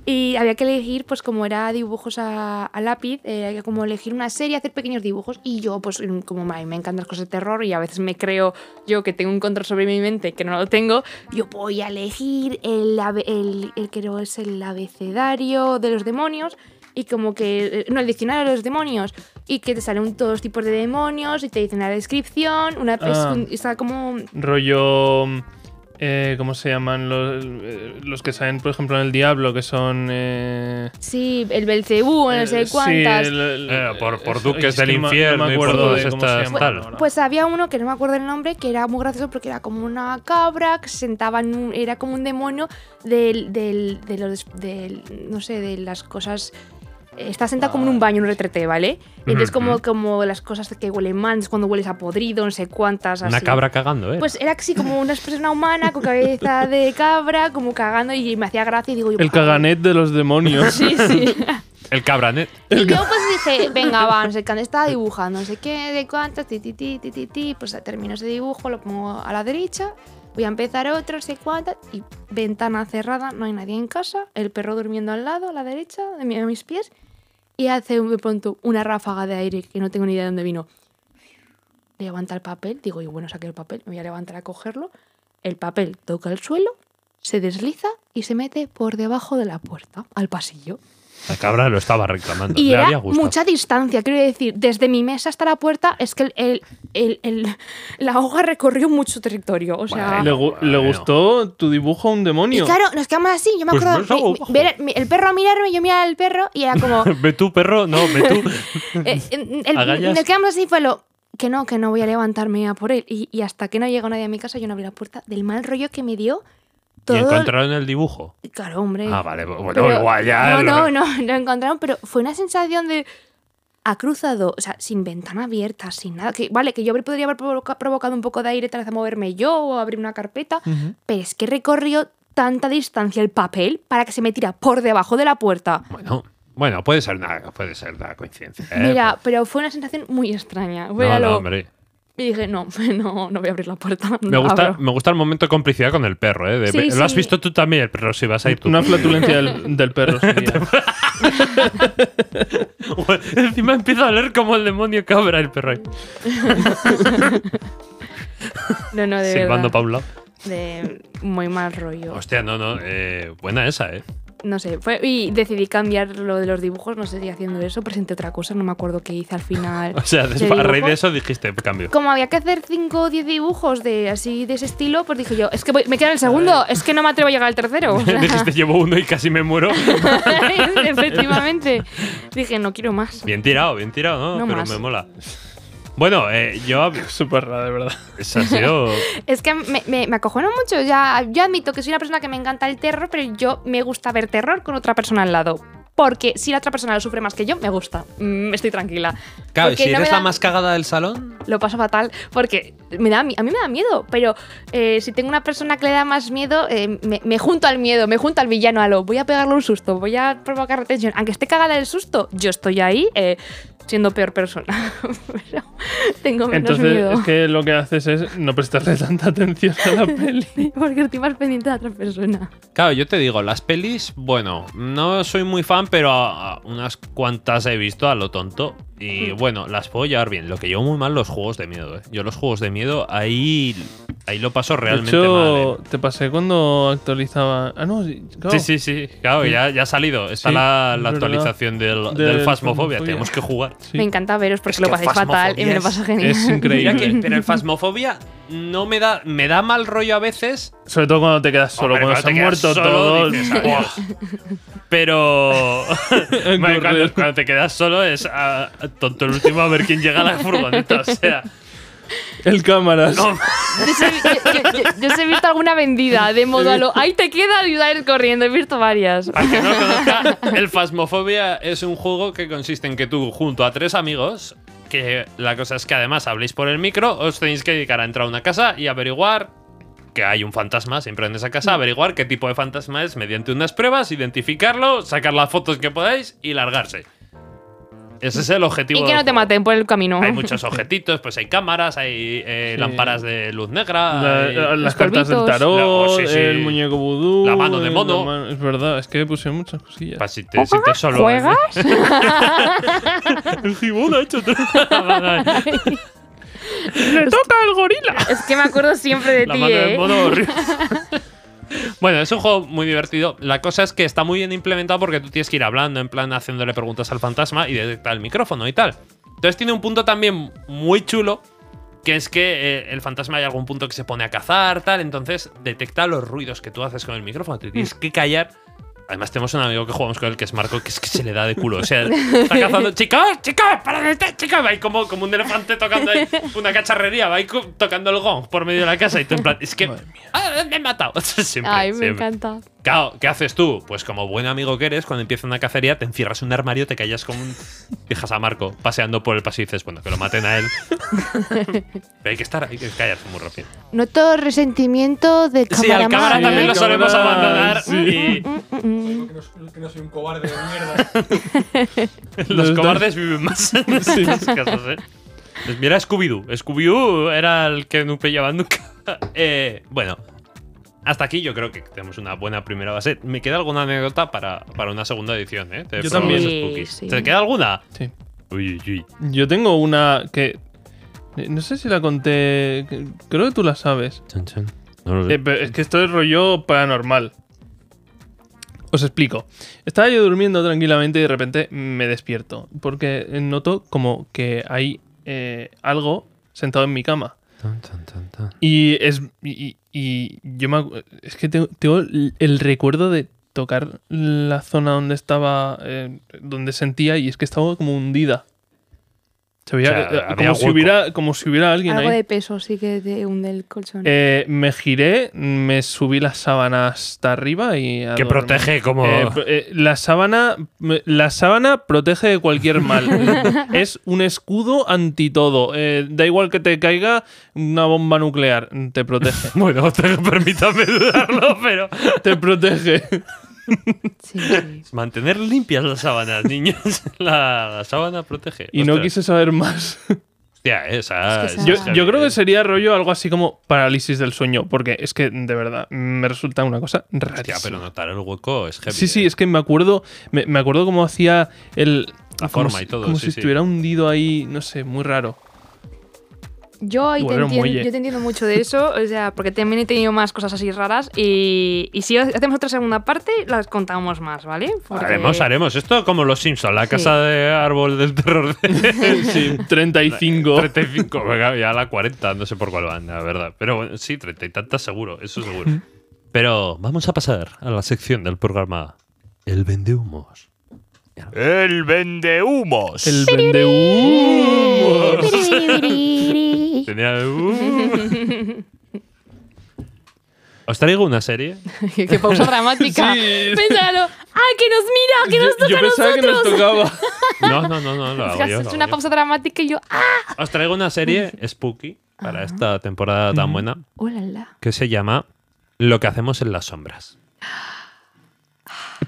Speaker 4: y había que elegir, pues como era dibujos a, a lápiz, eh, había como elegir una serie, hacer pequeños dibujos. Y yo, pues mm, como a mí me encantan las cosas de terror y a veces me creo yo que tengo un control sobre mi mente que no lo tengo, yo voy a elegir el, abe- el, el que no es el abecedario de los demonios y como que eh, no el diccionario de los demonios y que te salen todos tipos de demonios y te dicen la descripción una es
Speaker 3: Ah.
Speaker 4: un- está como
Speaker 3: rollo. eh, ¿Cómo se llaman los, eh, los que salen, por ejemplo, en el Diablo? Que son. Eh,
Speaker 4: sí el Belcebú no
Speaker 3: eh,
Speaker 4: sé
Speaker 3: sí,
Speaker 4: cuántas
Speaker 3: el- el-
Speaker 2: Eh, por- por
Speaker 3: es-
Speaker 2: duques
Speaker 3: es que
Speaker 2: del
Speaker 3: no me-
Speaker 2: infierno
Speaker 3: No me
Speaker 2: y por
Speaker 3: acuerdo
Speaker 2: todas
Speaker 3: de cómo se
Speaker 2: estas
Speaker 3: llama
Speaker 2: tal.
Speaker 3: ahora.
Speaker 4: Pues había uno que no me acuerdo el nombre, que era muy gracioso porque era como una cabra que se sentaba en un, era como un demonio del, del, de los, del- no sé, de las cosas. eh, Está sentada como en un baño, en un retrete, ¿vale? Y entonces como,
Speaker 2: Ujú.
Speaker 4: como las cosas que huelen mal, es cuando hueles a podrido, no sé cuántas,
Speaker 2: Una
Speaker 4: así.
Speaker 2: cabra cagando, ¿eh?
Speaker 4: Pues era así como una persona humana con cabeza de cabra, como cagando y me hacía gracia y digo yo...
Speaker 3: El
Speaker 4: "Ah".
Speaker 3: caganet de los demonios.
Speaker 4: Sí, sí.
Speaker 2: El cabranet.
Speaker 4: Y yo pues dije, venga, va, no sé qué, estaba dibujando, no sé qué, de cuántas, ti, ti, ti, ti, ti, ti, pues termino ese dibujo, lo pongo a la derecha, voy a empezar otro, no sé cuántas, y ventana cerrada, no hay nadie en casa, el perro durmiendo al lado, a la derecha, de, mi- de mis pies, y hace de pronto una ráfaga de aire que no tengo ni idea de dónde vino. Levanta el papel, digo, y bueno, saqué el papel, me voy a levantar a cogerlo, el papel toca el suelo, se desliza y se mete por debajo de la puerta, al pasillo.
Speaker 2: La cabra lo estaba reclamando.
Speaker 4: Y
Speaker 2: Le
Speaker 4: era
Speaker 2: había gustado.
Speaker 4: mucha distancia, quiero decir, desde mi mesa hasta la puerta es que el, el- el- el- la hoja recorrió mucho territorio. O sea,
Speaker 3: Le, gu-
Speaker 2: Ah,
Speaker 3: le gustó tu dibujo a un
Speaker 4: y
Speaker 3: demonio.
Speaker 4: claro, nos quedamos así. Yo me
Speaker 2: Pues
Speaker 4: acuerdo
Speaker 2: ves algo
Speaker 4: mi- mi- ver- mi- el perro a mirarme, yo miraba al perro y era como.
Speaker 2: Ve tú, perro. No, ve tú.
Speaker 4: eh, eh, el-
Speaker 2: Agallas.
Speaker 4: nos quedamos así y fue lo. Que no, que no voy a levantarme a por él. Y, y hasta que no llegó nadie a mi casa, yo no abrí la puerta del mal rollo que me dio
Speaker 2: Y
Speaker 4: todo.
Speaker 2: encontraron el dibujo.
Speaker 4: Claro, hombre.
Speaker 2: Ah, vale. Bueno,
Speaker 4: Pero-
Speaker 2: igual ya.
Speaker 4: No,
Speaker 2: lo-
Speaker 4: no, no, lo encontraron, pero fue una sensación de. ha cruzado, o sea, sin ventana abierta, sin nada. Que, vale, que yo habría- podría haber provoca- provocado un poco de aire tal vez a moverme yo o abrir una carpeta,
Speaker 3: Ujú.
Speaker 4: pero es que recorrió tanta distancia el papel para que se me tira por debajo de la puerta.
Speaker 2: Bueno, bueno, puede ser una, puede ser una coincidencia. ¿eh? Pues,
Speaker 4: Mira, pero fue una sensación muy extraña.
Speaker 2: no,
Speaker 4: Fue
Speaker 2: no,
Speaker 4: algo-
Speaker 2: hombre.
Speaker 4: Y dije, no, no, no voy a abrir la puerta.
Speaker 2: Me
Speaker 4: no
Speaker 2: gusta,
Speaker 4: abro.
Speaker 2: me gusta el momento de complicidad con el perro, ¿eh? De-
Speaker 4: Sí,
Speaker 2: lo has
Speaker 4: sí.
Speaker 2: visto tú también, pero si vas a ir tú.
Speaker 3: Una flatulencia del, del perro. sería.
Speaker 2: Encima empieza a oler como el demonio cabra el perro ahí,
Speaker 4: No, no, de
Speaker 2: silbando
Speaker 4: verdad.
Speaker 2: pa' un lado.
Speaker 4: De muy mal rollo.
Speaker 2: Hostia, no, no, eh, buena esa, ¿eh?
Speaker 4: No sé. Fue, y decidí cambiar lo de los dibujos. No sé si haciendo eso presenté otra cosa. No me acuerdo qué hice al final.
Speaker 2: O sea,
Speaker 4: de
Speaker 2: después- a raíz
Speaker 4: dibujos.
Speaker 2: de eso dijiste, cambio.
Speaker 4: Como había que hacer 5 o 10 dibujos de así de ese estilo, pues dije yo, es que voy- me queda el segundo, es que no me atrevo a llegar al tercero. o sea,
Speaker 2: dijiste, llevo uno y casi me muero.
Speaker 4: efectivamente. Dije, no quiero más.
Speaker 2: Bien tirado, bien tirado, ¿no?
Speaker 4: No
Speaker 2: pero
Speaker 4: más.
Speaker 2: me mola. Bueno, eh, yo...
Speaker 3: Súper rara, de verdad.
Speaker 2: Esa ha sido...
Speaker 4: Es que me, me, me acojonó mucho. Ya, yo admito que soy una persona que me encanta el terror, pero yo me gusta ver terror con otra persona al lado. Porque si la otra persona lo sufre más que yo, me gusta. Mm, estoy tranquila.
Speaker 6: Claro,
Speaker 4: Porque
Speaker 6: si
Speaker 4: no
Speaker 6: eres
Speaker 4: me
Speaker 6: la
Speaker 4: da-
Speaker 6: más cagada del salón,
Speaker 4: Lo paso fatal porque me da, mi- a mí me da miedo, pero eh, si tengo una persona que le da más miedo, eh, me, me junto al miedo, me junto al villano, a lo voy a pegarle un susto, voy a provocar tensión. Aunque esté cagada del susto, yo estoy ahí eh, siendo peor persona. pero tengo menos
Speaker 3: Entonces,
Speaker 4: miedo.
Speaker 3: es que lo que haces es no prestarle tanta atención a la peli.
Speaker 4: Porque estoy más pendiente de otra persona.
Speaker 6: Claro, yo te digo, las pelis, bueno, no soy muy fan, pero a- a unas cuantas he visto a lo tonto. Y bueno, las puedo llevar bien. Lo que llevo muy mal, los juegos de miedo. ¿eh? Yo los juegos de miedo, ahí, ahí lo paso realmente
Speaker 3: de
Speaker 6: mal.
Speaker 3: hecho,
Speaker 6: ¿eh?
Speaker 3: te pasé cuando actualizaba. Ah, no, sí, claro.
Speaker 2: Sí, sí, sí, claro, ya, ya ha salido. Está
Speaker 3: Sí,
Speaker 2: la,
Speaker 3: es
Speaker 2: la
Speaker 3: verdad.
Speaker 2: actualización del,
Speaker 3: Del
Speaker 2: del Fasmofobia,
Speaker 3: Phasmophobia.
Speaker 2: tenemos que jugar.
Speaker 3: Sí.
Speaker 4: Me encanta veros porque
Speaker 6: Es
Speaker 4: lo
Speaker 6: que
Speaker 4: pasáis fatal y me lo
Speaker 6: fasmofobia
Speaker 4: paso
Speaker 6: es-
Speaker 4: genial.
Speaker 3: es increíble.
Speaker 6: Mira que- pero el Fasmofobia no me da, me da mal rollo a veces.
Speaker 3: Sobre todo cuando te quedas solo,
Speaker 2: Hombre,
Speaker 3: cuando se han
Speaker 2: te quedas
Speaker 3: muerto
Speaker 2: solo,
Speaker 3: todos.
Speaker 2: dices, "Buah". Pero Bueno,
Speaker 3: correr.
Speaker 2: cuando, cuando te quedas solo es ah, tonto el último a ver quién llega a la furgoneta. O sea,
Speaker 3: El cámaras.
Speaker 2: no,
Speaker 4: Yo os he, yo- yo- yo- yo os he visto alguna vendida de modo a lo. Ahí te queda y ir corriendo. He visto varias.
Speaker 2: Para que no lo conozca, el Phasmophobia es un juego que consiste en que tú, junto a tres amigos, que la cosa es que además habléis por el micro, os tenéis que dedicar a entrar a una casa y averiguar que hay un fantasma siempre en esa
Speaker 4: Mm.
Speaker 2: casa, averiguar qué tipo de fantasma es mediante unas pruebas, identificarlo, sacar las fotos que podáis y largarse. Ese es el objetivo.
Speaker 4: Y que
Speaker 2: del
Speaker 4: no te
Speaker 2: juego.
Speaker 4: maten por el camino.
Speaker 2: Hay muchos objetitos, pues hay cámaras, hay eh,
Speaker 3: Sí.
Speaker 2: lámparas de luz negra.
Speaker 3: La-
Speaker 2: hay-
Speaker 3: las
Speaker 4: Los
Speaker 3: cartas del
Speaker 4: polvitos.
Speaker 3: tarot,
Speaker 2: La- oh, sí, sí.
Speaker 3: el muñeco vudú.
Speaker 2: La mano de mono.
Speaker 3: la mano- es verdad, es que puse muchas cosillas.
Speaker 2: Pa' si te, si te solo. ¿eh?
Speaker 4: ¿Juegas?
Speaker 2: El gibón ha hecho otra-
Speaker 4: ¡Le toca el gorila! Es que me acuerdo siempre de
Speaker 2: La
Speaker 4: ti,
Speaker 2: mano de
Speaker 4: ¿eh?
Speaker 2: mono horrible. Bueno, es un juego muy divertido. La cosa es que está muy bien implementado porque tú tienes que ir hablando, en plan haciéndole preguntas al fantasma y detectar el micrófono y tal. Entonces tiene un punto también muy chulo, que es que eh, el fantasma hay algún punto que se pone a cazar, tal. Entonces detecta los ruidos que tú haces con el micrófono. Te
Speaker 4: Mm.
Speaker 2: tienes que callar. Además tenemos un amigo que jugamos con él que es Marco, que es que se le da de culo. O sea, está cazando. Chicos, chicos, para de te- chicos. Va ahí como, como un elefante tocando ahí una cacharrería, va ahí co- tocando el gong por medio de la casa y tú en plan, es que... "Ah, me he matado. Siempre,
Speaker 4: Ay, me
Speaker 2: siempre.
Speaker 4: encanta.
Speaker 2: Claro, ¿qué haces tú? Pues como buen amigo que eres, cuando empieza una cacería, te encierras en un armario, te callas como un... Dejas a Marco paseando por el pasillo y dices, bueno, que lo maten a él. Pero hay que estar, hay que callarse muy rápido.
Speaker 5: Noto resentimiento de
Speaker 2: Sí, al cámara
Speaker 3: también
Speaker 2: también lo
Speaker 3: lo solemos
Speaker 2: solemos
Speaker 3: abandonar
Speaker 2: abandonar y
Speaker 7: Que no, que no soy un cobarde de mierda.
Speaker 2: los cobardes viven más en estos casos, ¿eh? Pues mira Scooby-Doo. Scooby-Doo era el que no pillaban nunca. Eh, bueno, hasta aquí yo creo que tenemos una buena primera base. Me queda alguna anécdota para, para una segunda edición, ¿eh? De
Speaker 3: Yo
Speaker 2: Problemas
Speaker 3: también.
Speaker 2: Spooky.
Speaker 4: Sí, sí.
Speaker 2: ¿Te queda alguna?
Speaker 3: Sí.
Speaker 2: Uy, uy, uy.
Speaker 3: Yo tengo una que. eh, No sé si la conté. que- Creo que tú la sabes.
Speaker 2: Chan, chan. No lo sé.
Speaker 3: Eh, pero es que esto es rollo paranormal. Os explico. Estaba yo durmiendo tranquilamente y de repente me despierto. Porque noto como que hay eh, algo sentado en mi cama.
Speaker 2: Tan, tan, tan, tan.
Speaker 3: Y es. Y, y- y yo me. acu- Es que tengo, tengo el el recuerdo de tocar la zona donde estaba. eh, donde sentía y es que estaba como hundida. Se veía
Speaker 2: O sea,
Speaker 3: eh,
Speaker 2: había
Speaker 3: como, si
Speaker 2: hueco.
Speaker 3: hubiera, como si hubiera alguien
Speaker 4: Algo
Speaker 3: ahí.
Speaker 4: de peso sí que te hunde el colchón.
Speaker 3: Eh, me giré, me subí la sábana hasta arriba y. a
Speaker 2: Que
Speaker 3: dormir.
Speaker 2: protege como.
Speaker 3: Eh, pro- eh, la sábana me- la sábana protege de cualquier mal es un escudo anti todo Eh, da igual que te caiga una bomba nuclear te protege
Speaker 2: bueno, te- permítame dudarlo, pero.
Speaker 3: te protege
Speaker 5: Sí, sí.
Speaker 2: Mantener limpias las sábanas, niños. La, la sábana protege.
Speaker 3: y no
Speaker 2: Ostras.
Speaker 3: quise saber más
Speaker 2: Hostia, esa. eh.
Speaker 4: Es que esa-
Speaker 3: yo,
Speaker 4: Ah.
Speaker 3: yo creo que sería rollo algo así como parálisis del sueño porque es que de verdad me resulta una cosa
Speaker 2: Hostia,
Speaker 3: rarísima
Speaker 2: pero notar el hueco es heavy.
Speaker 3: Sí, sí,
Speaker 2: eh.
Speaker 3: es que me acuerdo, me, me acuerdo cómo hacía el.
Speaker 2: La
Speaker 3: como
Speaker 2: forma y
Speaker 3: si-
Speaker 2: todo,
Speaker 3: Como
Speaker 2: sí,
Speaker 3: si
Speaker 2: sí.
Speaker 3: estuviera hundido ahí, no sé, muy raro.
Speaker 4: Yo, ahí te
Speaker 3: Igual era un
Speaker 4: entien-
Speaker 3: muelle.
Speaker 4: yo te entiendo mucho de eso, o sea, porque también he tenido más cosas así raras y, y si hacemos otra segunda parte las contamos más, ¿vale? Porque-
Speaker 2: Haremos, haremos. Esto como los Simpsons, la
Speaker 4: Sí.
Speaker 2: casa de árbol del terror de
Speaker 3: Sí, 35.
Speaker 2: 35. Venga, ya la 40, no sé por cuál van, la verdad. Pero bueno, sí, 30 y tantas seguro, eso seguro. Pero vamos a pasar a la sección del programa El Vendehumos.
Speaker 1: El vendehumos.
Speaker 3: El vendehumo.
Speaker 2: Tenía... uh. Os traigo una serie.
Speaker 4: Qué pausa dramática.
Speaker 3: Sí.
Speaker 4: Pénsalo. ¡Ah, que nos mira! ¡Que
Speaker 3: Yo,
Speaker 4: nos toca
Speaker 3: yo
Speaker 4: a
Speaker 3: pensaba que nos
Speaker 4: nosotros!
Speaker 3: tocaba.
Speaker 2: No, no, no, no, lo hago yo,
Speaker 4: Fijas,
Speaker 2: lo
Speaker 4: es
Speaker 2: hago
Speaker 4: una
Speaker 2: yo.
Speaker 4: pausa dramática y yo. ¡Ah!
Speaker 2: Os traigo una serie spooky para esta temporada tan buena
Speaker 4: ¡Hola! oh, la!
Speaker 2: que se llama Lo que hacemos en las sombras.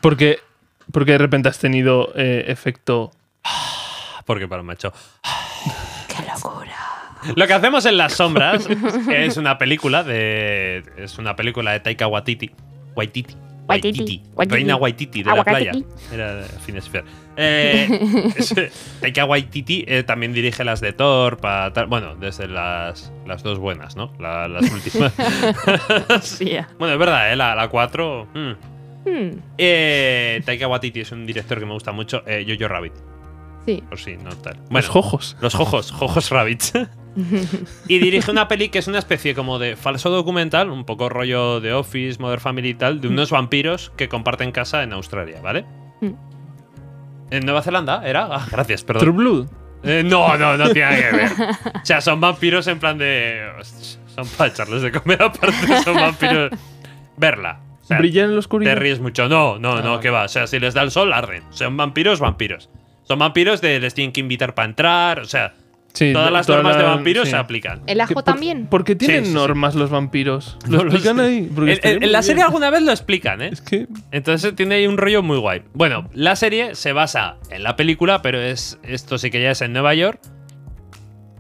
Speaker 3: Porque, porque de repente has tenido eh, efecto.
Speaker 2: Porque para un macho.
Speaker 4: ¡Qué locura!
Speaker 2: Lo que hacemos en las sombras es una película de es una película de Taika Waititi. Waititi.
Speaker 4: Waititi. Waititi.
Speaker 2: Reina Waititi de la
Speaker 4: Aguacatiti.
Speaker 2: playa. Era de Finisterre. Eh, es- Taika Waititi eh, también dirige las de Thor, pa- tal- bueno, desde las, las dos buenas, ¿no? La- las últimas. bueno, es verdad, ¿eh? la, la cuatro. mm.
Speaker 4: Hmm,
Speaker 2: Eh, Taika Waititi es un director que me gusta mucho. Eh, Jojo Rabbit,
Speaker 4: sí.
Speaker 2: por si no tal.
Speaker 3: Los ojos.
Speaker 2: Los Jojos, Jojos Rabbit. y dirige una peli que es una especie como de falso documental, un poco rollo de Office, Mother Family y tal, de unos vampiros que comparten casa en Australia, ¿vale?
Speaker 4: Mm.
Speaker 2: En Nueva Zelanda era. Ah, gracias,
Speaker 3: True
Speaker 2: perdón.
Speaker 3: Blood.
Speaker 2: Eh, no, no, no tiene que ver. O sea, son vampiros en plan de. Son para echarles de comer aparte, son vampiros. Verla. O sea,
Speaker 3: Brilla en la oscuridad.
Speaker 2: te ríes mucho. No, no,
Speaker 3: Ah,
Speaker 2: no,
Speaker 3: vale.
Speaker 2: que va. O sea, si les da el sol, arden. Son vampiros, vampiros. Son vampiros de les tienen que invitar para entrar. O sea,
Speaker 3: Sí,
Speaker 2: todas las
Speaker 3: toda
Speaker 2: normas
Speaker 3: la-
Speaker 2: de vampiros
Speaker 3: sí.
Speaker 2: se aplican.
Speaker 4: ¿El
Speaker 3: Que
Speaker 4: ajo
Speaker 3: por-
Speaker 4: también?
Speaker 3: ¿Por qué tienen
Speaker 2: Sí, sí, sí.
Speaker 3: normas los vampiros?
Speaker 2: No
Speaker 3: ¿Lo
Speaker 2: lo
Speaker 3: explican
Speaker 2: sé.
Speaker 3: ahí? Porque
Speaker 2: En,
Speaker 3: estaría
Speaker 2: en-
Speaker 3: muy
Speaker 2: en la
Speaker 3: bien.
Speaker 2: serie alguna vez lo explican, ¿eh?
Speaker 3: Es que.
Speaker 2: Entonces tiene ahí un rollo muy guay. Bueno, la serie se basa en la película, pero es esto sí que ya es en Nueva York.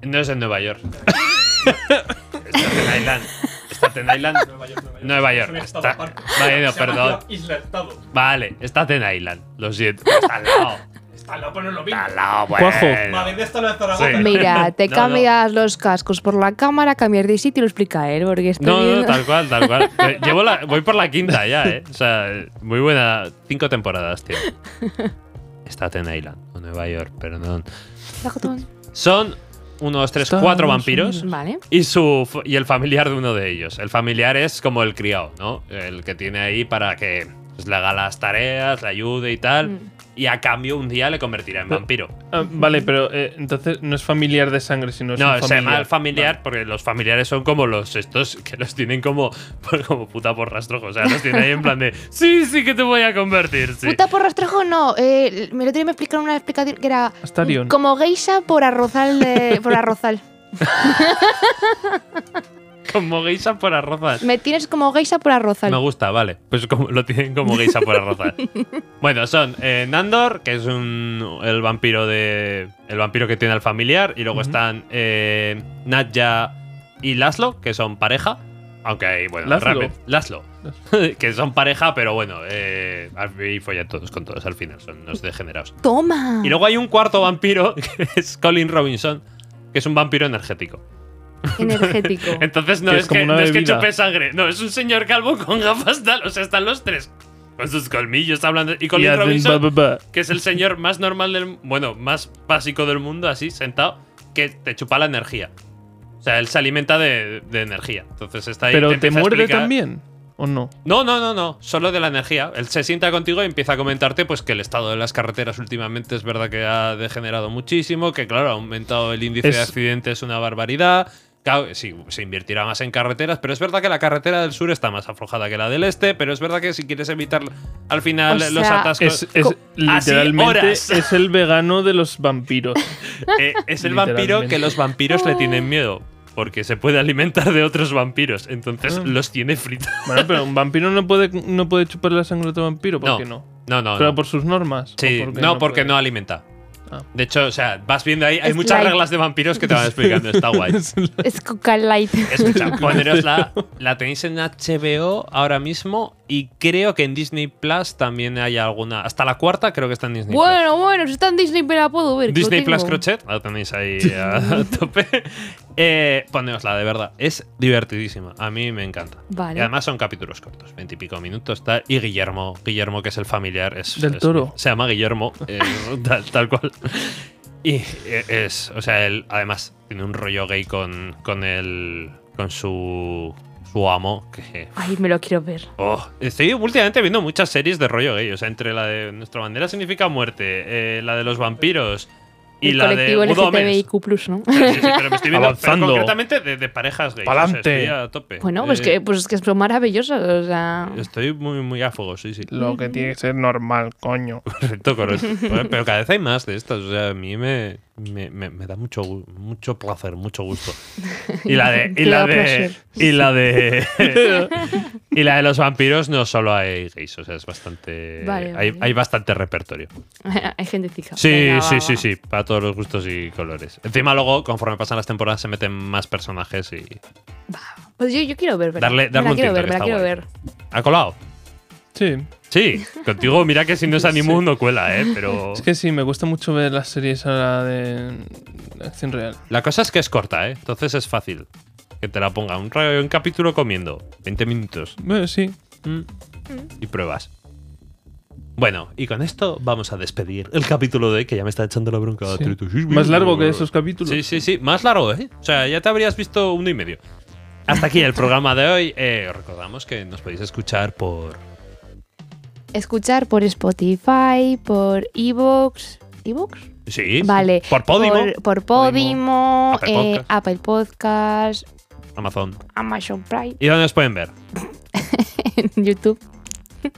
Speaker 2: No es en Nueva York. Está en Island. Está en Island. Nueva York.
Speaker 7: Es un estado
Speaker 2: Está-
Speaker 7: aparte.
Speaker 2: Vale, no,
Speaker 7: Se llama
Speaker 2: perdón.
Speaker 7: Isla-estado.
Speaker 2: Vale, está en Island. Lo siento. Está al lado.
Speaker 7: Está al lado, pero no es lo mismo.
Speaker 2: Está al lado, bueno.
Speaker 3: Cuajo.
Speaker 7: Madrid está al lado de Zaragoza.
Speaker 2: Sí.
Speaker 5: Mira, te
Speaker 2: No, no.
Speaker 5: cambias los cascos por la cámara, cambias de sitio y lo explica él, porque estoy
Speaker 2: No, no,
Speaker 5: viendo-
Speaker 2: tal cual, tal cual. Eh, Llevo la- voy por la quinta ya, ¿eh? O sea, eh, muy buena. Cinco temporadas, tío. Staten Island, o Nueva York, perdón.
Speaker 4: Ajo también.
Speaker 2: Son unos tres,
Speaker 3: Estados
Speaker 2: cuatro vampiros
Speaker 4: Vale.
Speaker 2: y, su, f- y el familiar de uno de ellos. El familiar es como el criado, ¿no? El que tiene ahí para que pues, le haga las tareas, le ayude y tal.
Speaker 4: Mm.
Speaker 2: Y a cambio un día le convertirá en vampiro.
Speaker 3: Ah, vale, pero eh, entonces no es familiar de sangre, sino es
Speaker 2: No, se
Speaker 3: un
Speaker 2: llama
Speaker 3: familiar.
Speaker 2: el familiar porque los familiares son como los estos que los tienen como, pues, como puta por rastrojo. O sea, los tienen ahí en plan de sí, sí que te voy a convertir. Sí.
Speaker 5: Puta por rastrejo, no. Eh, me lo tenía que explicar una explicación que era
Speaker 3: Astarion.
Speaker 5: como geisha por arrozal de- por arrozal.
Speaker 2: Como geisha por arrozas.
Speaker 5: Me tienes como geisha por arrozal.
Speaker 2: Me gusta, vale. Pues como, lo tienen como geisha por arrozas. bueno, son eh, Nandor, que es un, el vampiro de. El vampiro que tiene al familiar. Y luego están eh, Nadja y Laszlo, que son pareja. Aunque ahí, bueno,
Speaker 3: Laszlo.
Speaker 2: rápido. Laszlo. que son pareja, pero bueno, eh, ahí follan todos con todos al final, son unos degenerados.
Speaker 4: Ah.
Speaker 5: Toma.
Speaker 2: Y luego hay un cuarto vampiro, que es Colin Robinson, que es un vampiro energético.
Speaker 4: Energético.
Speaker 2: Entonces no,
Speaker 3: Que
Speaker 2: es,
Speaker 3: es como
Speaker 2: que,
Speaker 3: una
Speaker 2: no es que
Speaker 3: bebida.
Speaker 2: chupe sangre, no, es un señor calvo con gafas tal, o sea, están los tres con sus colmillos hablando. Y Colin
Speaker 3: Y hacen
Speaker 2: Robinson,
Speaker 3: ba, ba, ba.
Speaker 2: que es el señor más normal del bueno, más básico del mundo, así, sentado, que te chupa la energía. O sea, él se alimenta de, de energía. Entonces está ahí.
Speaker 3: Pero te
Speaker 2: empieza a
Speaker 3: muerde
Speaker 2: explicar-
Speaker 3: también. ¿O no?
Speaker 2: No, no, no, no. Solo de la energía. Él se sienta contigo y empieza a comentarte pues que el estado de las carreteras últimamente es verdad que ha degenerado muchísimo, que claro, ha aumentado el índice
Speaker 3: Es-
Speaker 2: de accidentes una barbaridad. Claro, sí, se invertirá más en carreteras, pero es verdad que la carretera del sur está más aflojada que la del este, pero es verdad que si quieres evitar al final
Speaker 4: O
Speaker 2: los
Speaker 4: sea,
Speaker 2: atascos.
Speaker 3: Es, es
Speaker 2: Co- así,
Speaker 3: literalmente
Speaker 2: horas.
Speaker 3: es el vegano de los vampiros.
Speaker 2: Eh, es el vampiro
Speaker 3: Literalmente.
Speaker 2: que los vampiros le tienen miedo. Porque se puede alimentar de otros vampiros. Entonces
Speaker 3: Ah.
Speaker 2: los tiene fritos.
Speaker 3: Bueno, pero un vampiro no puede, no puede chupar la sangre de otro vampiro, ¿por
Speaker 2: No,
Speaker 3: qué no?
Speaker 2: No, no.
Speaker 3: ¿Pero
Speaker 2: no.
Speaker 3: por sus normas?
Speaker 2: Sí,
Speaker 3: ¿O por qué
Speaker 2: no, porque
Speaker 3: puede?
Speaker 2: no alimenta.
Speaker 3: Ah.
Speaker 2: De hecho, o sea, vas viendo ahí, hay
Speaker 4: Es
Speaker 2: muchas
Speaker 4: light.
Speaker 2: reglas de vampiros que te van explicando, está guay.
Speaker 4: Es Coca Light.
Speaker 2: Escucha, poneros la, la tenéis en HBO ahora mismo y creo que en Disney Plus también hay alguna, hasta la cuarta creo que está en Disney Plus.
Speaker 4: Bueno, bueno, si está en Disney, me la puedo ver. que lo
Speaker 2: Disney Plus
Speaker 4: tengo.
Speaker 2: Crochet, la tenéis ahí a tope. Eh, poneosla, de verdad. Es divertidísima. A mí me encanta.
Speaker 4: Vale.
Speaker 2: Y además son capítulos cortos, veintipico minutos, tal. Y Guillermo, Guillermo, que es el familiar, es.
Speaker 3: Del
Speaker 2: es-
Speaker 3: Toro.
Speaker 2: Se llama Guillermo, eh, tal, tal cual. Y eh, es. O sea, él además tiene un rollo gay con, con el. con su. su amo. Que.
Speaker 4: Ay, me lo quiero ver.
Speaker 2: oh, estoy últimamente viendo muchas series de rollo gay. O sea, entre la de Nuestra bandera significa muerte, eh, la de los vampiros y
Speaker 4: el
Speaker 2: la de
Speaker 4: colectivo
Speaker 2: Good Omens.
Speaker 4: LGTBIQ, ¿no?
Speaker 2: Sí, sí, pero me estoy viendo pero
Speaker 3: Avanzando.
Speaker 2: concretamente de, de parejas gays. o sea,
Speaker 3: Pa'lante.
Speaker 2: estoy a tope.
Speaker 4: Bueno, pues,
Speaker 2: Eh,
Speaker 4: que, pues es que son maravillosos. O sea,
Speaker 2: Estoy muy, muy a fuego, sí, sí.
Speaker 3: Lo que tiene que ser normal, coño.
Speaker 2: Correcto, correcto. Joder, Pero cada vez hay más de estas. O sea, a mí me, me, me- me da mucho, gu- mucho placer, mucho gusto. Y la de. Y
Speaker 4: Te da
Speaker 2: la de.
Speaker 4: placer.
Speaker 2: Y la de. Y la de los vampiros no solo hay gays, o sea, es bastante.
Speaker 4: Vale,
Speaker 2: hay,
Speaker 4: vale.
Speaker 2: hay bastante repertorio.
Speaker 4: hay gente fija.
Speaker 2: Sí,
Speaker 4: Venga,
Speaker 2: sí,
Speaker 4: va,
Speaker 2: sí,
Speaker 4: va.
Speaker 2: sí, para todos los gustos y colores. Encima, luego, conforme pasan las temporadas, se meten más personajes y.
Speaker 4: Va. Pues yo, yo quiero ver, ¿verdad?
Speaker 2: Darle- darle
Speaker 4: me la
Speaker 2: un
Speaker 4: quiero
Speaker 2: tinte,
Speaker 4: ver,
Speaker 2: que
Speaker 4: me la
Speaker 2: está
Speaker 4: quiero
Speaker 2: guay.
Speaker 4: ver.
Speaker 2: ¿Ha colado?
Speaker 3: Sí.
Speaker 2: Sí, contigo, mira que si no es animu no cuela, ¿eh? Pero.
Speaker 3: Es que sí, me gusta mucho ver las series ahora de acción real.
Speaker 2: La cosa es que es corta, ¿eh? Entonces es fácil. Que te la ponga un, ra- un capítulo comiendo. 20 minutos.
Speaker 3: Bueno, sí.
Speaker 2: Mm. Y pruebas. Bueno, y con esto vamos a despedir el capítulo de hoy, que ya me está echando la bronca.
Speaker 3: Sí.
Speaker 2: Tritus.
Speaker 3: Más largo que esos capítulos.
Speaker 2: Sí, sí, sí. Más largo, ¿eh? O sea, ya te habrías visto uno y medio. Hasta aquí el programa de hoy. Eh, os recordamos que nos podéis escuchar por...
Speaker 4: Escuchar por Spotify, por Evox. ¿Evox?
Speaker 2: Sí,
Speaker 4: Vale.
Speaker 2: por Podimo,
Speaker 4: Por, por Podimo,
Speaker 2: Apple
Speaker 4: eh,
Speaker 2: Podcast.
Speaker 4: Apple Podcast,
Speaker 2: Amazon.
Speaker 4: Amazon Prime,
Speaker 2: ¿Y dónde nos pueden ver?
Speaker 4: en YouTube.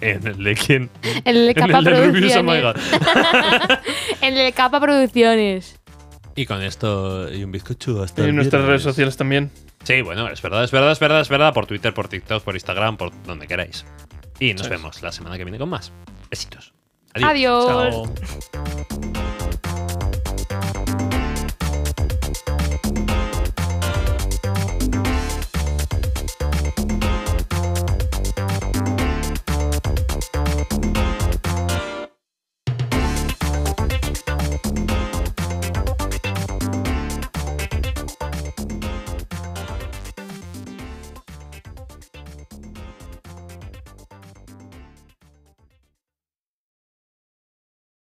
Speaker 2: En el de quién.
Speaker 4: El
Speaker 2: En
Speaker 4: Capa
Speaker 2: el de Reviews, oh my
Speaker 4: Producciones.
Speaker 2: God.
Speaker 4: En el Capa Producciones.
Speaker 2: Y con esto y un bizcocho hasta
Speaker 3: Y
Speaker 2: el
Speaker 3: en nuestras redes
Speaker 2: viernes.
Speaker 3: sociales también.
Speaker 2: Sí, bueno, es verdad, es verdad, es verdad, es verdad. Por Twitter, por TikTok, por Instagram, por donde queráis. Y nos
Speaker 3: Sí.
Speaker 2: vemos la semana que viene con más. Besitos.
Speaker 4: Adiós.
Speaker 2: Chao.
Speaker 3: Chao.